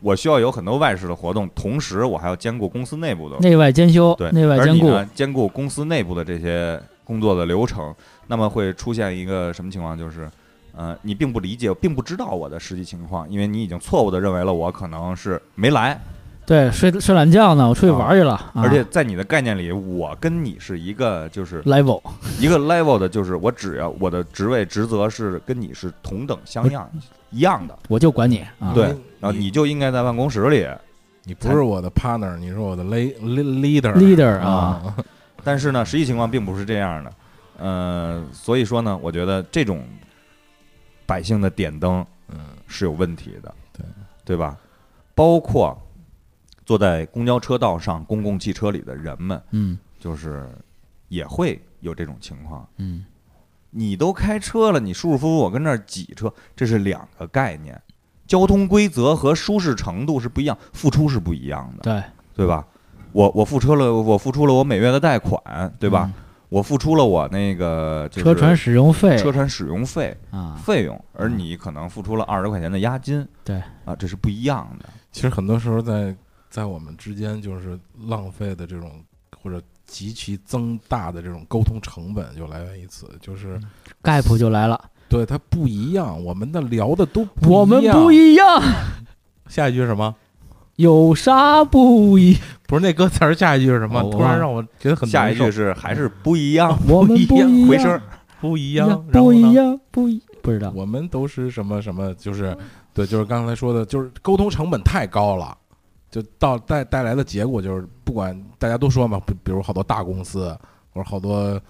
D: 我需要有很多外事的活动，同时我还要兼顾公司内部的
B: 内外兼修
D: 对，
B: 内外
D: 而
B: 兼
D: 你
B: 顾，
D: 呢，兼顾公司内部的这些工作的流程，那么会出现一个什么情况？就是，呃，你并不理解，并不知道我的实际情况，因为你已经错误的认为了我可能是没来，
B: 对，睡睡懒觉呢，我出去玩去了，啊
D: 而且在你的概念里，我跟你是一个 就是。
B: level
D: 一个 level 的，就是我只要我的职位职责是跟你是同等相样一样的，
B: 我就管你啊，
D: 对
C: 因为，
D: 然后
C: 你
D: 你就应该在办公室里。
C: 你不是我的 partner，你是我的 le- le- leader
B: ，leader 啊，
C: 啊，
D: 但是呢，实际情况并不是这样的。呃，所以说呢，我觉得这种百姓的点灯
C: 嗯，
D: 是有问题的，
C: 对
D: 对吧？包括坐在公交车道上、公共汽车里的人们，
B: 嗯
D: 就是也会有这种情况。
B: 嗯
D: 你都开车了，你舒舒服服我跟那儿挤车，这是两个概念。交通规则和舒适程度是不一样，付出是不一样的，
B: 对
D: 对吧？我我付车了，我付出了我每月的贷款，对吧？？我付出了我那个就是
B: 嗯车船使用费
D: 车船使用费
B: 啊，
D: 费用，而你可能付出了二十块钱的押金，
B: 对
D: 啊，这是不一样的。
C: 其实很多时候在在我们之间就是浪费的这种或者极其增大的这种沟通成本就来源于此，就是
B: 盖普就来了，
C: 对它不一样，我们的聊的都不
B: 我们不
C: 样。
B: 一样，
C: 下一句是什么？
B: 有啥不一？
C: 不是那歌词儿，下一句是什么？
B: 哦我
C: 突然让我觉得很
D: 下
C: 难
D: 一句
C: 受
D: 是还是不一样，
B: 啊我们不一样，
D: 回声儿。
C: 不一
B: 一
C: 样，
B: 样，
C: 然后
B: 不
C: 呢
B: 一样，不一不知道，
C: 我们都是什么什么，就是对，就是刚才说的，就是沟通成本太高了，就到带带来的结果就是，不管大家都说嘛，比比如好多大公司或者好多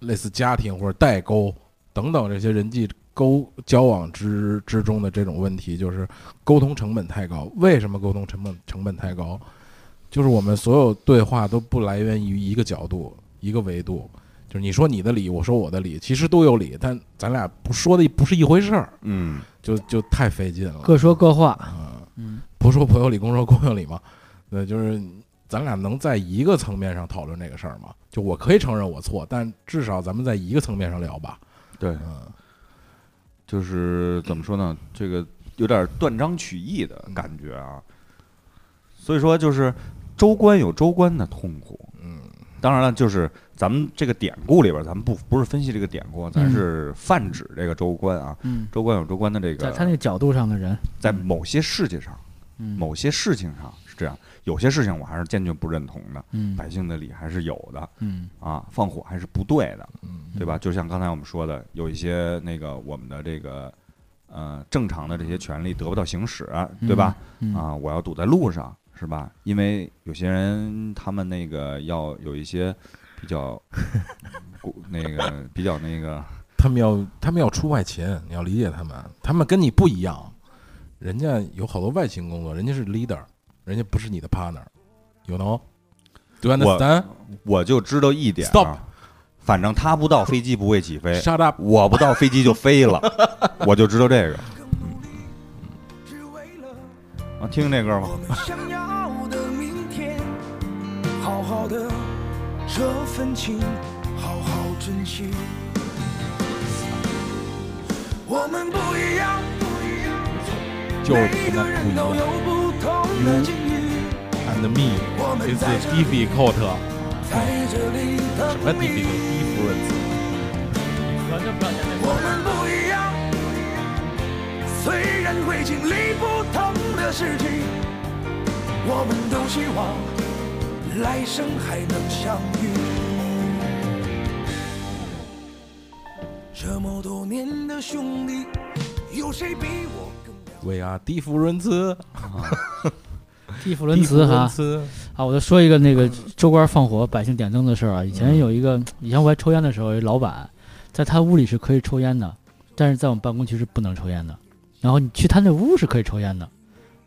C: 类似家庭或者代沟等等这些人际沟交往之之中的这种问题，就是沟通成本太高。为什么沟通成本成本太高？就是我们所有对话都不来源于一个角度、一个维度，就是你说你的理，我说我的理，其实都有理，但咱俩不说的不是一回事儿，
D: 嗯，
C: 就就太费劲了。
B: 各说各话，
C: 啊，
B: 嗯
C: 不说朋友理，公说公有理嘛。那就是咱俩能在一个层面上讨论这个事儿吗？就我可以承认我错，但至少咱们在一个层面上聊吧。
D: 对，
C: 嗯，
D: 就是怎么说呢，这个有点断章取义的感觉啊。所以说，就是州官有州官的痛苦。
C: 嗯，
D: 当然了，就是咱们这个典故里边，咱们不不是分析这个典故，咱是泛指这个州官啊。
B: 嗯，
D: 州官有州官的这
B: 在他
D: 个，
B: 那角度上的人，
D: 在某些事情上，
B: 嗯
D: 某些事情上是这样，有些事情我还是坚决不认同的。
B: 嗯
D: 百姓的理还是有的
B: 嗯
D: 啊，放火还是不对的。
C: 嗯
D: 对吧？就像刚才我们说的，有一些那个我们的这个呃正常的这些权利得不到行使，对吧？
B: 嗯
D: 啊，我要堵在路上，是吧？因为有些人他们那个要有一些 比较古那个比较那个，
C: 他们要他们要出外勤，你要理解他们，他们跟你不一样，人家有好多外勤工作，人家是 leader，人家不是你的 partner，you know？Do you understand？
D: 我就知道一点、啊
C: Stop
D: 反正他不到飞机不会起飞，
C: Shut up！
D: 我不到飞机就飞了，我就知道这个。
F: 只为了
D: 啊，听听这歌吧
F: 我。们想要的明天，好好的这份情，好好珍惜。我们不一样，不一样，
C: 就是
F: 每个
C: 他妈不
F: 人
C: 一
F: 都有
C: 样。
F: 不同的境遇，
C: And me is difficult，
F: 在这里
C: 什么
F: 等你。
C: difficult？difference？
F: 我们不一样，虽然会经历不同的事情，我们都希望来生还能相遇。这么多年的兄弟，有谁比我更了解？
C: 为啊，蒂芙伦兹，
B: 蒂芙伦茨哈
C: 兹，
B: 啊，我就说一个那个州官放火、百姓点灯的事儿啊。以前有一个，以前我还抽烟的时候，有一老板在他屋里是可以抽烟的，但是在我们办公区是不能抽烟的。然后你去他那屋是可以抽烟的，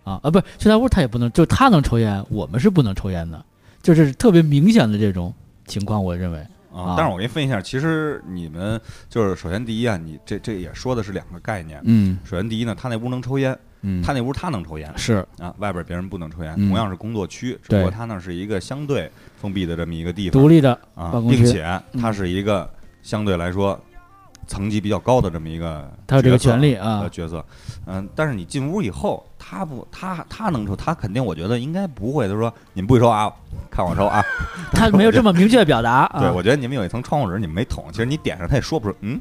B: 啊啊，不是去他屋他也不能，就他能抽烟，我们是不能抽烟的，就是特别明显的这种情况，我认为，
D: 啊
B: 啊，
D: 但是我给你分析一下，其实你们就是首先第一啊，你这这也说的是两个概念。
B: 嗯
D: 首先第一呢，他那屋能抽烟，
B: 嗯
D: 他那屋他能抽烟
B: 是
D: 啊，外边别人不能抽烟。
B: 嗯
D: 同样是工作区，只不
B: 对
D: 过他那是一个相对封闭的这么一个地
B: 独
D: 方
B: 立的，
D: 啊
B: 办，公区
D: 并且
B: 嗯
D: 他是一个相对来说层级比较高的这么一个
B: 他有这个
D: 角色
B: 权利
D: 呃
B: 啊，
D: 角色。嗯，但是你进屋以后，他不，他他能抽，他肯定我觉得应该不会。他说你们不许抽啊，看我抽啊。
B: 他没有这么明确表达
D: 对，
B: 啊，
D: 我觉得你们有一层窗户纸，你们没捅，其实你点上他也说不出，嗯。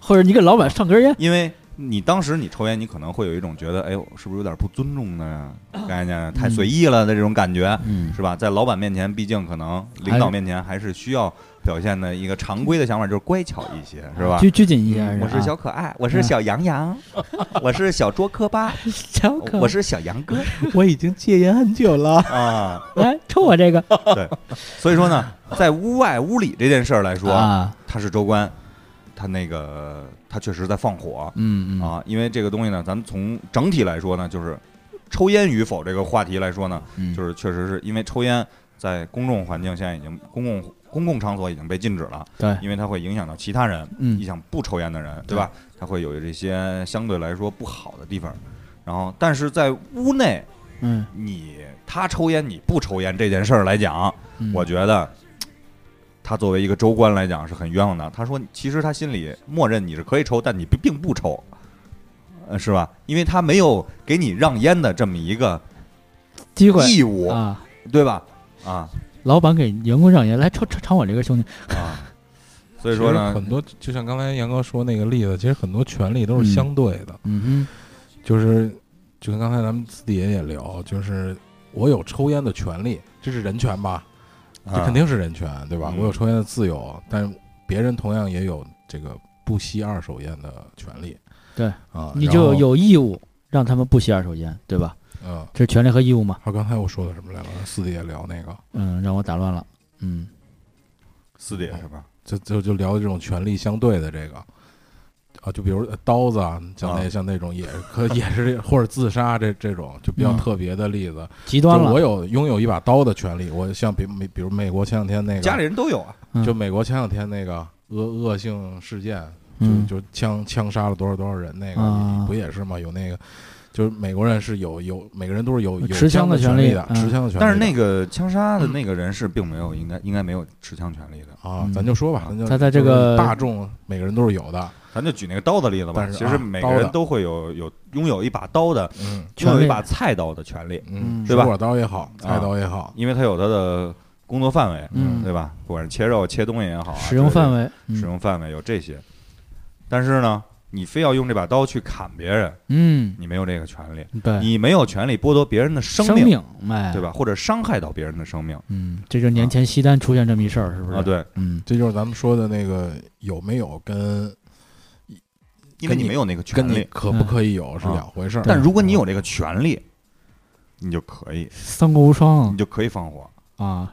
B: 或者你给老板上根烟，
D: 因为你当时你抽烟，你可能会有一种觉得，哎呦，是不是有点不尊重的概念，太随意了的这种感觉，
B: 嗯
D: 是吧？在老板面前，毕竟可能领导面前还是需要表现的一个常规的想法，就是乖巧一些，是吧？
B: 拘拘谨一下，
D: 嗯我是
B: 啊
D: 小可爱，我是小羊 羊，我是小卓科巴，
B: 小可，
D: 我是小杨哥
C: 我已经戒烟很久了。
D: 啊。
B: 来哎抽我这个
D: 对，所以说呢，在屋外屋里这件事儿来说，
B: 啊，
D: 他是州官，他那个他确实在放火，
B: 嗯嗯
D: 啊啊，因为这个东西呢，咱们从整体来说呢，就是抽烟与否这个话题来说呢，
G: 嗯
D: 就是确实是因为抽烟在公众环境现在已经公共公共场所已经被禁止了，
B: 对
D: 因为它会影响到其他人，
B: 嗯
D: 影响不抽烟的人，对吧？它会有这些相对来说不好的地方。然后，但是在屋内，
B: 嗯，
D: 你他抽烟你不抽烟这件事儿来讲，
B: 嗯
D: 我觉得他作为一个州官来讲是很冤枉的。他说，其实他心里默认你是可以抽，但你并并不抽，呃，是吧？因为他没有给你让烟的这么一个
B: 机会
D: 义务，
B: 啊，
D: 对吧？啊
B: 老板给员工让爷来尝尝尝我这个兄弟，
D: 啊，所以说
C: 其实
D: 呢，
C: 很多就像刚才杨哥说那个例子，其实很多权利都是相对的，
B: 嗯
C: 就是就跟刚才咱们私底下也聊，就是我有抽烟的权利，这是人权吧？这
D: 啊
C: 肯定是人权，对吧？
D: 嗯
C: 我有抽烟的自由，但别人同样也有这个不吸二手烟的权利。
B: 对
C: 啊，
B: 哼，你
C: 然
B: 就
C: 后
B: 有义务让他们不吸二手烟，对吧？
C: 嗯。
B: 这是权利和义务嘛？
C: 还有刚才我说的什么来着？私底下聊那个，
B: 嗯，让我打乱了，嗯，
D: 四点是吧？
C: 就就就聊这种权力相对的这个啊，就比如呃刀子啊，像那、
D: 啊
C: 像那种也可也是或者自杀这这种就比较
B: 嗯
C: 特别的例子。
B: 极
C: 就
B: 端
C: 我
B: 了，
C: 有拥有一把刀的权利，我像比美比如美国前两天那个
D: 家里人都有啊，
C: 就美国前两天那个恶恶性事件，
B: 嗯
C: 就就枪枪杀了多少多少人那个，
B: 啊
C: 不也是吗？有那个，就是美国人是有有每个人都是有有
B: 持枪
C: 的
B: 的权利
C: 利的，
B: 嗯
C: 持枪的权利的。嗯
D: 但是那个枪杀的那个人是并没有，应该应该没有持枪权利的。
C: 啊
B: 嗯，
C: 咱就说吧，咱就
B: 他在这个
C: 就是大众每个人都是有的，
D: 咱就举那个刀的例子吧。
C: 但是
D: 其
C: 啊
D: 实每个
C: 刀
D: 人
C: 的
D: 都会有有拥有一把刀的，
C: 嗯
D: 拥有
B: 权
D: 一
B: 利
D: 把菜刀的权利，
C: 嗯，
D: 对吧啊
C: 水果刀也好，菜刀也好，
D: 因为他有他的工作范围，
B: 嗯
D: 对吧？不管是切肉、切东西也好啊，
B: 使用范
D: 围、
B: 围，嗯
D: 使用范围有这些。但是呢，你非要用这把刀去砍别人，
B: 嗯，
D: 你没有这个权利，
B: 对，
D: 你没有权利剥夺别人的生命，
B: 命，哎，
D: 对？吧？或者伤害到别人的生命
B: 嗯，这就是年前西单出现这么一事儿，是不是？
D: 啊，，对，
B: 嗯，
C: 这就是咱们说的那个有没有跟
D: 因为
C: 跟
D: 你
C: 你
D: 没有那个
C: 跟
D: 权
C: 你
D: 利。
C: 可不可以有是
D: 嗯
C: 两回事儿。
D: 但如果你有这个权利，你就可以，
B: 三国无双
D: 你就可以放火，
B: 啊，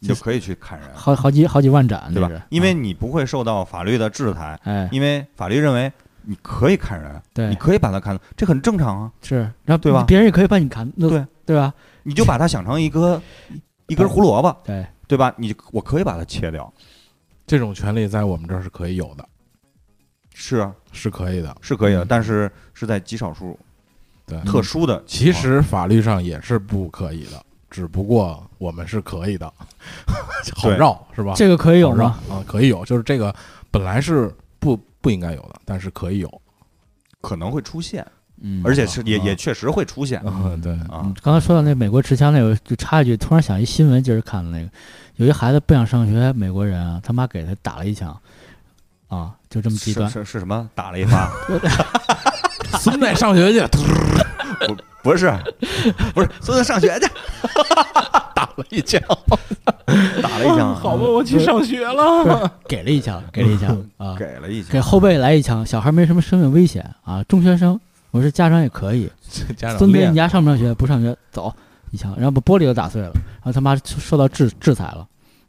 D: 你就可以去砍人，
B: 好好几好几万斩，
D: 对
B: 这是
D: 吧？因为你不会受到法律的制裁，
B: 哎，
D: 因为法律认为你可以砍人，你
B: 对，
D: 可以把他砍，这很正常啊。
B: 是，然后
D: 对吧
B: 别人也可以把你砍，那
D: 对
B: 对吧？
D: 你就把它想成一个一根胡萝卜，
B: 对，
D: 对吧？你我可以把它切掉，
C: 这种权利在我们这儿是可以有的，
D: 是啊，
C: 是可以的。
D: 是可以的，
C: 嗯
D: 但是是在极少数、
C: 对，
D: 特殊的
C: 其
D: 情况。
C: 实法律上也是不可以的，只不过我们是可以的， 好
D: 对
C: 绕是吧？
B: 这个可以有
C: 好绕
B: 吗？
C: 啊，可以有，就是这个本来是不不应该有的，但是可以有。
D: 可能会出现，
B: 嗯，
D: 而且是也
C: 啊
D: 也确实会出现
C: 嗯， 对，
D: 啊
B: 嗯。刚才说到那美国持枪那个，就插一句，突然想一新闻，今儿看的那个，有一孩子不想上学，美国人啊，他妈给他打了一枪，啊，就这么极
D: 是
B: 端，
D: 是是什么？打了一发？
C: 孙子上学去，突
D: 不是，不是，孙子上学去，
C: 打了一枪，
D: 打了一枪，
C: 好吧，我去上学
B: 不
C: 了。
B: 是给了一枪，给了一枪啊，
D: 嗯给了一
B: 给
D: 枪。
B: 后背来一枪，小孩没什么生命危险啊，中学生，我说家长也可以，
C: 家长
B: 孙子，
C: 练
B: 你家上不上学？不上学，走一枪，然后把玻璃都打碎了，然后他妈受受到制制裁了。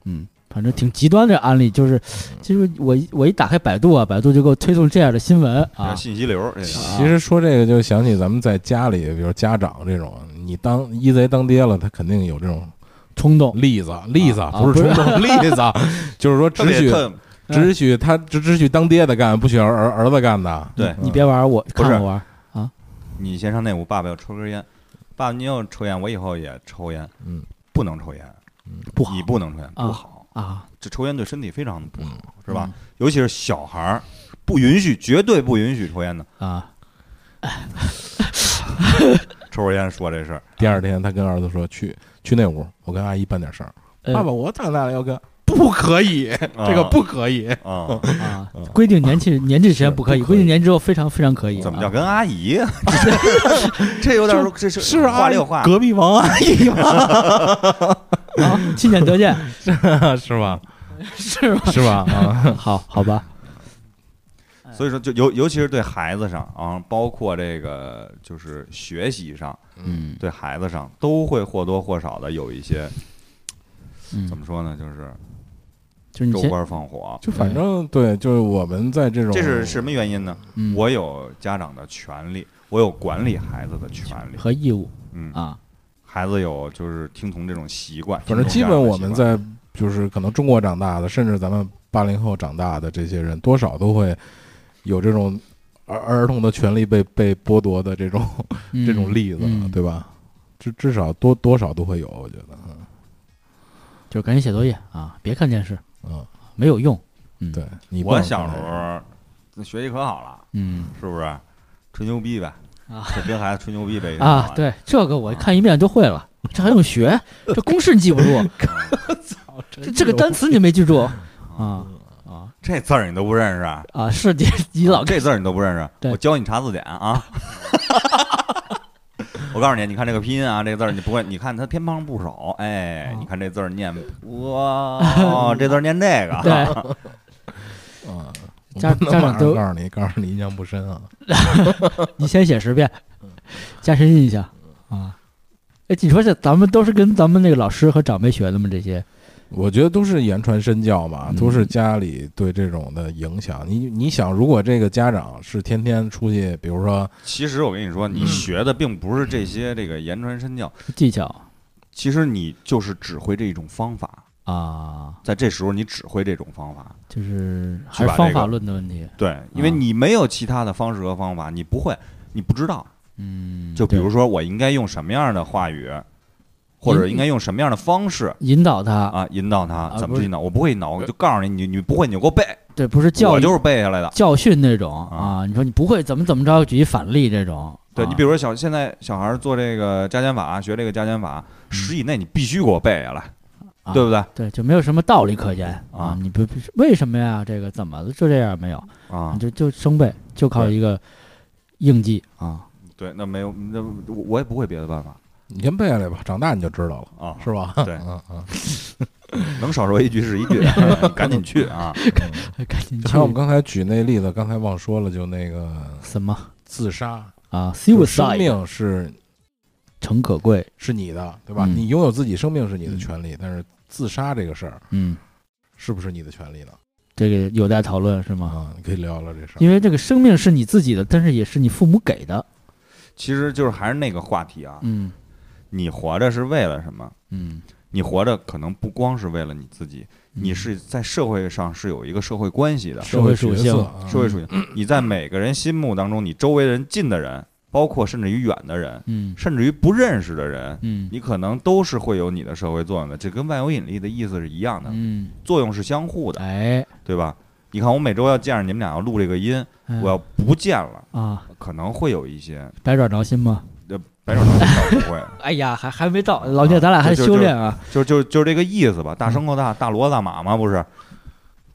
B: 嗯，反正挺极端的案例，就是，就是我一我一打开百度啊，百度就给我推送这样的新闻啊。
D: 信息流，这个
C: 其实说这个就想起咱们在家里，比如家长这种，你当一贼当爹了，他肯定有这种
B: 冲动，
C: 例子，例子
B: 啊
C: 不是
B: 不
C: 冲
B: 是
C: 动，例 子，啊就是说
D: 特
C: 只
D: 别
C: 许
D: 特
C: 只许他只只许当爹的干，不许儿儿儿子干的。
D: 对
C: 嗯
B: 你别玩儿我，
D: 不是
B: 看我玩儿，
D: 你先上那屋，爸爸要抽根烟，爸，你要抽烟，我以后也抽烟，
C: 嗯，
D: 不能抽烟，
B: 不好
D: 你不能抽烟，
B: 啊
D: 不好，
B: 啊，
D: 这抽烟对身体非常的不好，
C: 嗯
D: 是
B: 是
D: 吧？？尤其是小孩儿，不允许，绝对不允许抽烟的。
B: 啊，
D: 抽根烟说这事儿，
C: 第二天他跟儿子说去去那屋，我跟阿姨办点事儿。
B: 呃
C: 爸爸，我长大了要跟。不可以，哎这个不嗯可以。
D: 啊，
B: 啊，规定年纪年纪之前不可以，
C: 不可以
B: 规定年纪之后非常非常可以。
D: 怎么
B: 啊
D: 叫跟阿姨？ 这有点儿这是
C: 嗯是
D: 话
C: 阿
D: 里
C: 姨
D: 有
E: Ah.
D: 话，
C: 隔壁王 阿姨吗？
B: 啊？亲眼得见
C: 是吧？
B: 是吗？
C: 是吧？啊，
B: 好好吧，
D: 所以说就尤尤其是对孩子上啊，包括这个就是学习上，
B: 嗯
D: 对孩子上都会或多或少的有一些
B: 嗯
D: 怎，么说呢？就是
C: 嗯
B: 就是你
D: 州
B: 先
D: 官放火，
C: 就反正对，就是我们在这种，
D: 这是什么原因呢？
B: 嗯
D: 我有家长的权利，我有管理孩子的权利
B: 和义务，
D: 嗯，
B: 啊，
D: 孩子有就是听从这种习惯，
C: 反正基本我们
D: 听从这样的习
C: 在就是可能中国长大的，甚至咱们八零后长大的这些人，多少都会有这种儿儿童的权利被被剥夺的这种
B: 嗯
C: 这种例子，
B: 嗯
C: 对吧？至至少多多少都会有，我觉得，
B: 就赶紧写作业啊，别看电视，
C: 嗯，
B: 没有用。
C: 对你不能
D: 惯我小时
C: 看
D: 候那学习可好了，
B: 嗯
D: 是不是？吹牛逼呗，
B: 啊
D: 就跟孩子吹牛逼呗
B: 啊，，对这个我看一遍就会了，这还用学？这公式你记不 住，这这个单词你没记住啊啊
D: 这字儿你都不认识啊？
B: 啊！是你 你 老
D: 这字儿你都不认识，
B: 对
D: 我教你查字典 啊！我告诉你，你看这个拼音啊，这个字儿你不会，你看它偏旁部首，哎，
B: 哦
D: 你看这字 儿念哇，哦这字儿念这个，
B: 对，
C: 啊，我
B: 家
C: 不能
B: 家
C: 马上
B: 长都
C: 告诉你，告诉你印象不深啊。
D: 嗯
B: 你先写十遍，加深印象啊。哎，你说这咱们都是跟咱们那个老师和长辈学的吗？这些
C: 我觉得都是言传身教嘛，
B: 嗯
C: 都是家里对这种的影响。你你想，如果这个家长是天天出去，比如说，
D: 其实我跟你说，
B: 嗯
D: 你学的并不是这些这个言传身教，
B: 技巧
D: 其实你就是只会这一种方法，
B: 啊，
D: 在这时候你只会这种方法，嗯
B: 就是还
D: 把
B: 是
D: 这
B: 方法
D: 个
B: 论的问题。
D: 对，因为
B: 啊
D: 你没有其他的方式和方法，你不会，你不知道。
B: 嗯，
D: 就比
B: 对
D: 如说，我应该用什么样的话语，或者应该用什么样的方式。
B: 引导他，
D: 啊，引导他
B: 啊
D: 怎
B: 不
D: 么
B: 是
D: 去引导？我不呃会引导，我就告诉你，你你不会你就给我背，
B: 对，不是教
D: 我
B: 育
D: 就是背下来的。
B: 教训那种
D: 啊
B: 啊。你说你不会怎么怎么着，举一反例这种。
D: 对
B: 啊
D: 你比如说小现在小孩做这个加减法，学这个加减法，十以内你必须给我背下来，
B: 啊
D: 对不对？
B: 对，就没有什么道理可言啊
D: 啊！
B: 你不不是为什么呀？这个怎么了就这样没有？
D: 啊
B: 你，就就生背，就靠
D: 对
B: 一个硬记啊。
D: 对，那没有，那我我也不会别的办法
C: 你先背下来吧，长大你就知道了，
D: 啊，
C: 是吧？
D: 对
C: 嗯嗯。
D: 能少说一句是一 句，哎赶紧去啊！
B: 赶紧
C: 就
B: 去
C: 还有我们刚才举那例子，刚才忘说了，就那个
B: 什么
C: 自杀，
B: 啊
C: 就是生
B: ？suicide
C: 命是
B: 诚可贵，
C: 是你的，对吧？
B: 嗯
C: 你拥有自己生命是你的
B: 嗯
C: 权利，但是自杀这个事儿
B: 嗯，
C: 是不是你的权利呢？
B: 这个有待讨论是吗？
C: 啊，你可以聊聊这事儿。
B: 因为这个生命是你自己的，但是也是你父母给的。
D: 其实就是还是那个话题啊，
B: 嗯
D: 你活着是为了什么？
B: 嗯，
D: 你活着可能不光是为了你自己，你是在社会上是有一个社会关系的，
B: 社会
C: 角
B: 属性
C: 色啊
D: 社会属性。你在每个人心目当中，你周围人近的人，包括甚至于远的人，
B: 嗯
D: 甚至于不认识的人，
B: 嗯
D: 你可能都是会有你的社会作用的。这跟万有引力的意思是一样的，
B: 嗯，
D: 作用是相互的，
B: 哎，
D: 对吧？你看，我每周要见着你们俩要录这个音，
B: 哎
D: 我要不见了，
B: 啊，
D: 可能会有一些
B: 百爪挠心吗？
D: 呃，白手套倒不会，
B: 哎呀，还还没到，老聂，
D: 啊
B: 咱俩还
D: 就就
B: 修
D: 就
B: 炼啊。
D: 就就就这个意思吧。大牲口大大骡子大马嘛，不是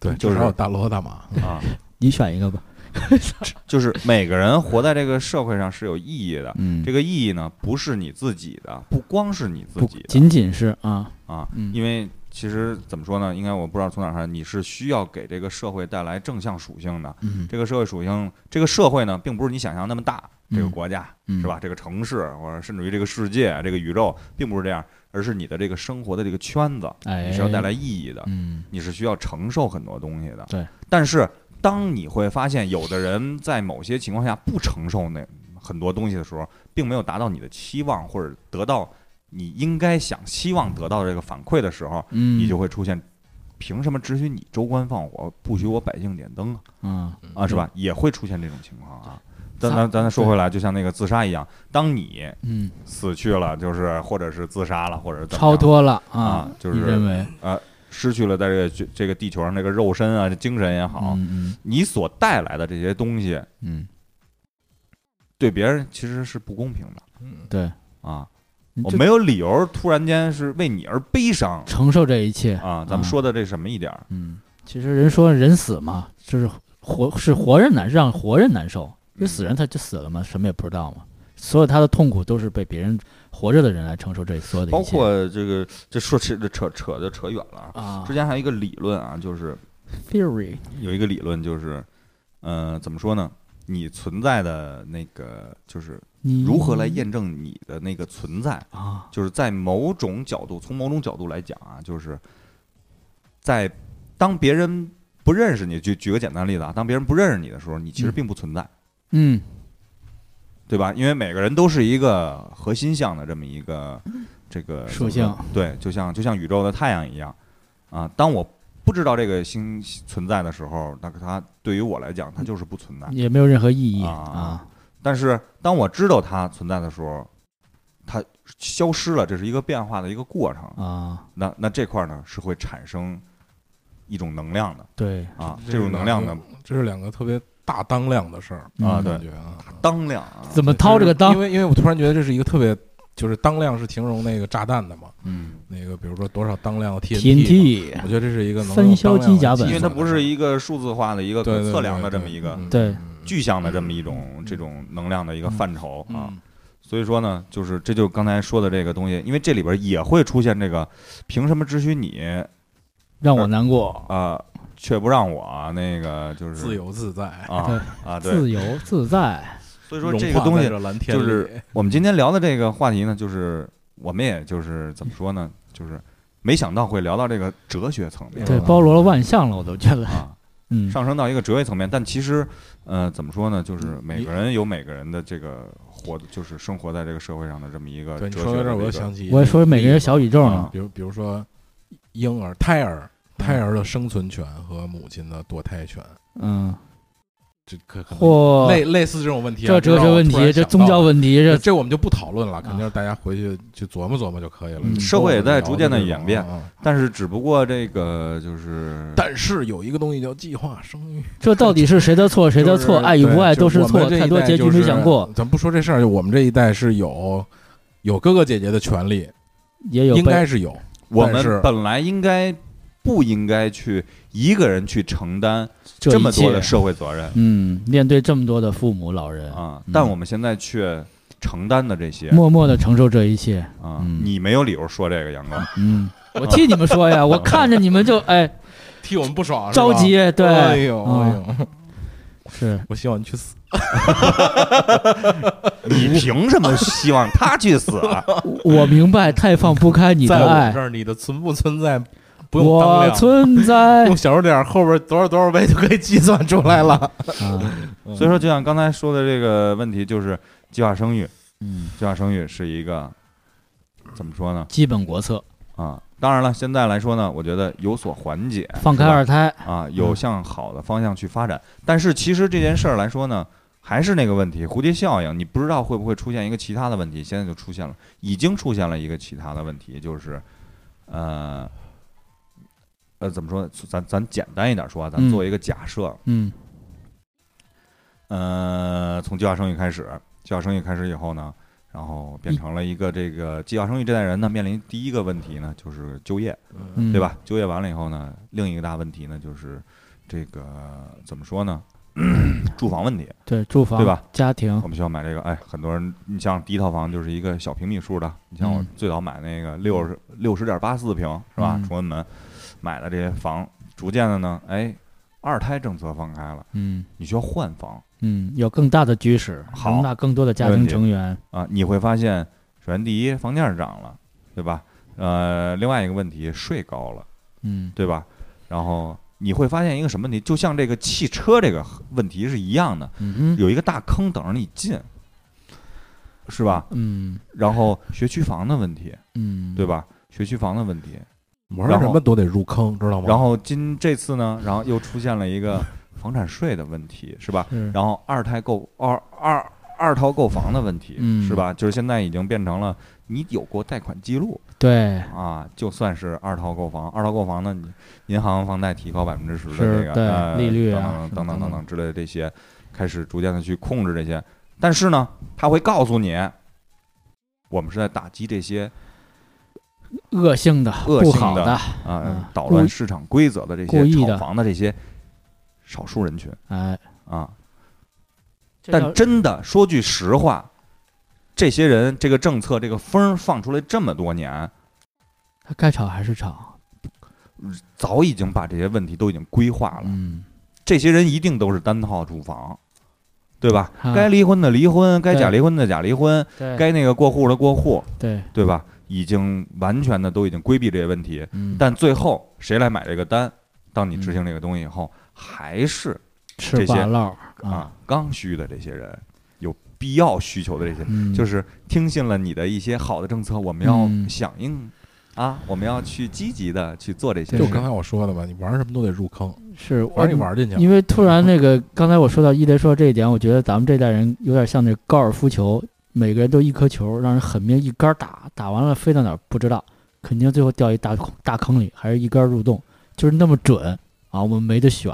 C: 对，
D: 就是
C: 还有大罗大
B: 嗯
C: 马，
D: 啊，
B: 你选一个吧。
D: 就是每个人活在这个社会上是有意义的。
B: 嗯
D: 这个意义呢，不是你自己的，不光是你自
B: 不
D: 己的，
B: 仅仅是啊，
D: 啊，
B: 嗯
D: 因为其实怎么说呢？应该我不知道从哪儿看，你是需要给这个社会带来正向属性的。
B: 嗯
D: 这个社会属性，这个社会呢，并不是你想象那么大，
B: 嗯
D: 这个国家、
B: 嗯
D: 是吧？这个城市，或者甚至于这个世界、这个宇宙，并不是这样，而是你的这个生活的这个圈子，
B: 哎
D: 你是要带来意义的，
B: 嗯
D: 你是需要承受很多东西的。
B: 对，
D: 但是当你会发现，有的人在某些情况下不承受那很多东西的时候，并没有达到你的期望，或者得到你应该想希望得到这个反馈的时候，
B: 嗯，
D: 你就会出现。凭什么只许你州官放火，不许我百姓点灯啊
B: 嗯
D: 啊？是吧？也会出现这种情况啊。
B: 对
D: 咱咱咱说回来，就像那个自杀一样，当你
B: 嗯
D: 死去了，就是或者是自杀了，或者是怎么
B: 超
D: 样
B: 脱了
D: 啊就是
B: 你认为
D: 失去了在这个这个地球上这个肉身啊、精神也好，
B: 嗯
D: 你所带来的这些东西，
B: 嗯
D: 对别人其实是不公平的
B: 嗯，对，
D: 啊！
B: 你
D: 我
B: 就
D: 没有理由突然间是为你而悲伤
B: 承受这一切
D: 啊！咱们说的这什么一点儿？
B: 嗯，其实人说人死嘛，就是活是活人难让活人难受，
D: 嗯
B: 因为死人他就死了嘛，什么也不知道嘛，所有他的痛苦都是被别人活着的人来承受这所有的
D: 包
B: 一切
D: 括这个，这说这这扯扯就扯远了啊。
B: 啊
D: 之前还有一个理论啊，就是
B: ，theory，
D: 有一个理论就是，呃，怎么说呢？你存在的那个就是
B: 你
D: 如何来验证你的那个存在？
B: 啊？
D: 就是在某种角度，从某种角度来讲啊，就是在当别人不认识你，举举个简单例子啊，当别人不认识你的时候，你其实
B: 嗯
D: 并不存在，
B: 嗯，
D: 对吧？因为每个人都是一个核心向的这么一个这个
B: 嗯属性，
D: 对，就像就像宇宙的太阳一样啊。当我不知道这个星存在的时候，那它对于我来讲，
B: 嗯
D: 它就是不存在。
B: 也没有任何意义
D: 啊
B: 啊。
D: 但是当我知道它存在的时候，它消失了，这是一个变化的一个过程。
B: 啊，
D: 那那这块儿呢是会产生一种能量的
B: 对，
D: 啊，
C: 这
D: 这种能量呢
C: 这是两个特别大当量的事儿
D: 啊，
B: 嗯
D: 对
C: 感，觉啊。
D: 当量啊，
B: 怎么掏这个
C: 因
B: 裆？
C: 为因为我突然觉得这是一个特别，就是当量是形容那个炸弹的嘛，
D: 嗯，
C: 那个比如说多少当量的 TNT，
B: TNT，
C: 嘛我觉得这是一个能
B: 三
C: 用
B: 消
C: 当量
B: 机甲
C: 的
B: 本
C: 计
D: 因为它
C: 算
D: 不
C: 的
D: 是
C: 事儿
D: 一个数字化的一个
C: 对
D: 可
C: 对
D: 测
C: 对
D: 量的
C: 对
D: 这么一个
C: 嗯
B: 对
C: 嗯
D: 具象的这么一种这种能量的一个范畴
C: 嗯
D: 啊。所以说呢，就是这就是刚才说的这个东西，因为这里边也会出现这个，凭什么只许你
B: 让我难过，
D: 啊、呃却不让我啊那个就是
C: 自由自在，
D: 啊啊对，
B: 自由自在，
D: 所以
C: 就
D: 说这个东西
C: 蓝天
D: 就
C: 里
D: 是我们今天聊的这个话题呢，就是我们也就是怎么说呢，就是没想到会聊到这个哲学层面，
B: 对，
C: 嗯
B: 包罗了万象了，我都觉得，
D: 啊，
B: 嗯，
D: 上升到一个哲学层面，但其实呃怎么说呢，就是每个人有每个人的这个活，就是生活在这个社会上的这么一个
C: 对
D: 呃哲
C: 你
D: 学
C: 说到这
D: 的
C: 儿，我
D: 一
C: 又
D: 个
C: 想起
B: 我也说每个人小宇宙
C: 啊
B: 呢，
C: 比如比如说婴儿、胎儿、胎儿的生存权和母亲的堕胎权，
B: 嗯，
C: 这可可能
B: 或
C: 类类似这种问题啊、
B: 这哲
C: 让
B: 学
C: 我
B: 问
C: 突然
B: 题，这
C: 想
B: 宗
C: 到
B: 教
C: 了
B: 问题，
C: 这
B: 这
C: 这我们就不讨论了，肯定
B: 啊
C: 是大家回去去琢磨琢磨就可以了。
B: 嗯
C: 你
D: 社
C: 说
D: 会
C: 我
D: 也
C: 们
D: 在
C: 聊
D: 逐渐
C: 的
D: 地
C: 这
D: 演
C: 种
D: 变
C: 啊啊
D: 但是只不过这个就是
C: 但是有一个东西叫计划生 育，
B: 这到底是谁的错？谁的错？
C: 就是
B: 爱与不爱
C: 对就
B: 都是
C: 我们
B: 错，
C: 这一
B: 太多
C: 代
B: 结
C: 就
B: 局没
C: 是
B: 想过，。
C: 咱不说这事儿，就我们这一代是有有哥哥姐姐的权利，
B: 也有
C: 应
B: 被
C: 该是有。
D: 我
C: 但是
D: 们本来应该不应该去一个人去承担
B: 一
D: 这么多的
B: 切
D: 社会责任
B: 嗯，面对这么多的父母、老人，
D: 啊
B: 嗯？
D: 但我们现在却承担的这些
B: 默默的承受这一切。
D: 啊
B: 嗯，
D: 你没有理由说这个，杨哥。
B: 嗯， 我替你们说呀，我看着你们就哎
C: 替我们不爽，是吧
B: 着急。，对，
C: 哎呦
B: 嗯
C: 哎呦，
B: 是
C: 我希望你去死。
D: 你凭什么希望他去死 啊？
B: 我明白，太放不开你
C: 在
B: 的
C: 我
B: 爱
C: 这，儿，你的存不存在不用当
B: 我
C: 量，
B: 存在
C: 用小数点后边多少多少位就可以计算出来了。
B: 啊，
D: 所以说，就像刚才说的这个问题，就是计划生育，
B: 嗯，
D: 计划生育是一个怎么说呢？
B: 基本国策，
D: 啊，当然了，现在来说呢，我觉得有所缓解，
B: 放开
D: 是吧
B: 二胎，
D: 啊，有向好的方向去发展。但是其实这件事儿来说呢，还是那个问题，蝴蝶效应，你不知道会不会出现一个其他的问题，现在就出现了，已经出现了一个其他的问题，就是，呃，呃，怎么说？咱咱简单一点说啊，咱
B: 嗯
D: 做一个假设，
B: 嗯
D: 呃，从计划生育开始，计划生育开始以后呢，然后变成了一个这个计划生育这代人呢，面临第一个问题呢就是就业。
B: 嗯，
D: 对？吧？就业完了以后呢，另一个大问题呢就是这个怎么说呢？ 住房问题，
B: 对，住房
D: 对吧？
B: 家庭
D: 我，们需要买这个。哎，很多人，你像第一套房就是一个小平米数的，你像我
B: 嗯
D: 最早买那个六十六十点八四平是吧
B: 嗯？
D: 崇文门买的这些房，逐渐的呢，哎，二胎政策放开了，
B: 嗯
D: 你需要换房
B: 嗯，有更大的居室，
D: 好
B: 容纳更多的家
D: 没问
B: 庭
D: 题
B: 成员，
D: 啊，你会发现，首先第一，房价涨了，对吧？呃，另外一个问题，税高了。
B: 嗯
D: 对吧？然后你会发现一个什么问题，就像这个汽车这个问题是一样的，
B: 嗯哼
D: 有一个大坑等着你进，是吧？
B: 嗯
D: 然后学区房的问题，
B: 嗯，
D: 对？吧？学区房的问题，
C: 玩
D: 然
C: 什
D: 后
C: 么都得入坑，知道吗？
D: 然后今这次呢，然后又出现了一个房产税的问题，是吧？
B: 是，
D: 然后二胎购二二二套购房的问题，
B: 嗯
D: 是吧？就是现在已经变成了你有过贷款记录
B: 对，
D: 啊，就算是二套购房，二套购房呢，你银行房贷提高百分之十的
B: 是
D: 这个
B: 对
D: 呃
B: 利率啊什么
D: 等等等等
B: 的
D: 等等之类的这些，开始逐渐的去控制这些。但是呢，他会告诉你，我们是在打击这些
B: 恶性的、
D: 恶
B: 不
D: 性
B: 好
D: 的
B: 的，
D: 啊、
B: 嗯
D: 捣
B: 故意
D: 乱市场规则的这
B: 故
D: 些
B: 意的
D: 炒房的这些少数人群
B: 哎，
D: 啊。
B: 这
D: 但
B: 叫
D: 真的说句实话，这些人这个政策这个风儿放出来这么多年，
B: 它该吵还是吵，
D: 早已经把这些问题都已经规划了。
B: 嗯，
D: 这些人一定都是单套住房，对吧？
B: 啊
D: 该离婚的离婚，该假离婚的假离婚，
B: 对
D: 该那个过户的过户，
B: 对，
D: 对吧？已经完全的都已经规避这些问题，
B: 嗯，
D: 但最后谁来买这个单？当你执行这个东西以
B: 嗯
D: 后，还是啊
B: 吃
D: 这些
B: 瓜烙儿
D: 啊，刚需的这些人有必要需求的这些，
B: 嗯
D: 就是听信了你的一些好的政策，我们要
B: 嗯
D: 响应啊，我们要去积极的去做这些
B: 对
D: 事
C: 就
D: 儿。
C: 刚才我说的吧，你玩什么都得入坑，
B: 是
C: 反正你玩进去了。
B: 因为突然那个刚才我说到一雷说到这一点，我觉得咱们这代人有点像那高尔夫球，每个人都一颗球，让人狠命一杆儿打，打完了飞到哪儿不知道，肯定最后掉一大坑大坑里，还是一杆儿入洞，就是那么准啊，我们没得选，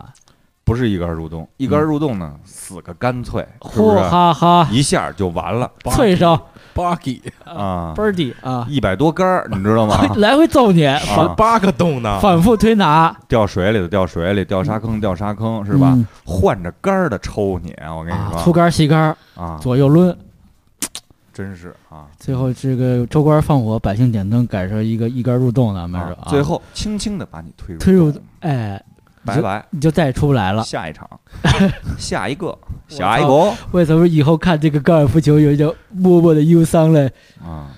D: 不是一杆儿入洞，一
B: 嗯
D: 杆儿入洞呢，死个干脆，是
B: 呼
D: 不是？
B: 哈哈，
D: 一下就完了
B: 脆生
C: buggy
D: 啊
B: 倍！儿低啊，
D: 一百多杆儿，你知道 吗？
B: 来回揍你，
D: 啊
C: 十
B: 反
C: 啊八个洞呢，
B: 反复推拿
D: 掉水里的掉水里，掉沙坑掉沙坑，是吧？
B: 嗯
D: 换着杆儿的抽你，我跟
B: 啊
D: 你，
B: 粗
D: 说
B: 杆儿细杆儿，
D: 啊，
B: 左右抡，
D: 真是啊。
B: 最后这个州官放火，百姓点灯，改成一个一杆儿入洞了，没事
D: 啊，最后轻轻的把你推入
B: 推入
D: 洞，
B: 哎，
D: 拜拜，
B: 你就再也出不来了。
D: 下一场，下一个，下一个哦
B: 为什么以后看这个高尔夫球有一种默默的忧伤嘞？
D: 啊，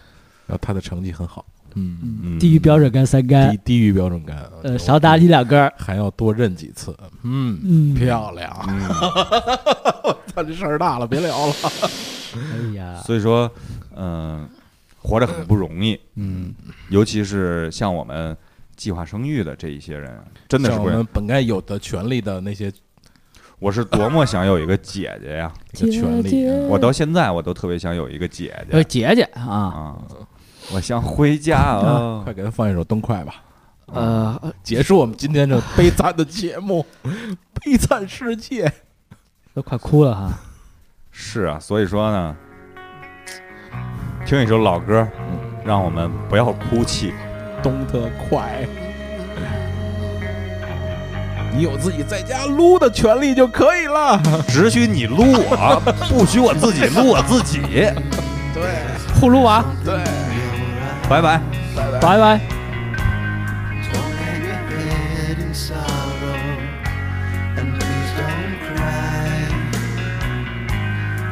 C: 然后他的成绩很好，嗯，
D: 嗯
B: 低于标准杆三杆
C: 低，低于标准杆，
B: 哎呃，少打你两杆儿，
C: 还要多认几次，嗯，
B: 嗯，
C: 漂亮，
D: 嗯，
C: 操，这事儿大了，别聊了，
B: 哎呀，
D: 所以说，嗯，活着很不容易，
B: 嗯，
D: 尤其是像我们计划生育的这一些人，真的是
C: 像
D: 不
C: 我
D: 容易
C: 们本该有的权利的那些
D: 我是多么想有一个姐姐呀！
C: 这个权利啊，
D: 我到现在我都特别想有一个姐
B: 呃，
D: 姐
B: 姐姐啊，
D: 啊！我想回家啊
C: 快！给他放一首《灯快》吧，
B: 呃，
C: 结束我们今天这悲惨的节目， 悲惨世界。
B: 都快哭了哈。
D: 是啊，所以说呢，听一首老歌，让我们不要哭泣。
C: 冬特快。你有自己在家撸的权利就可以了。
D: 只许你撸我，不许我自己撸我自己。
B: 呼噜娃，
D: 拜拜。
B: 拜拜。
G: Don't hang your head in sorrow and please don't cry.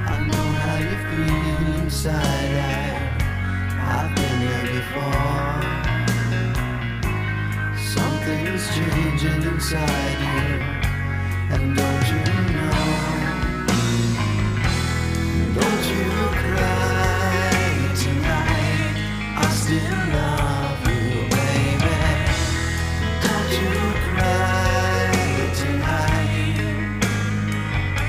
G: I know how you feel inside. I, I've been here before. Something's changing inside you, and don't you know? Don't you cry tonight. I still love you, baby. Don't you cry tonight.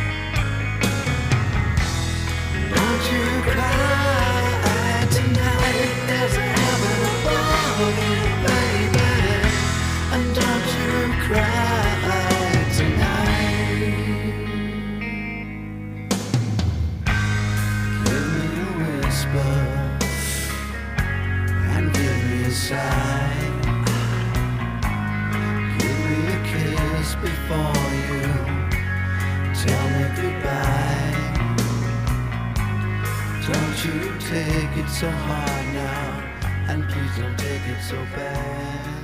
G: Don't you cry tonight. There's a heaven above you, baby. And don't you cry tonight. Give me a whisper and give me a sigh. Give me a kiss before you tell me goodbye. Don't you take it so hard now, and please don't take it so bad.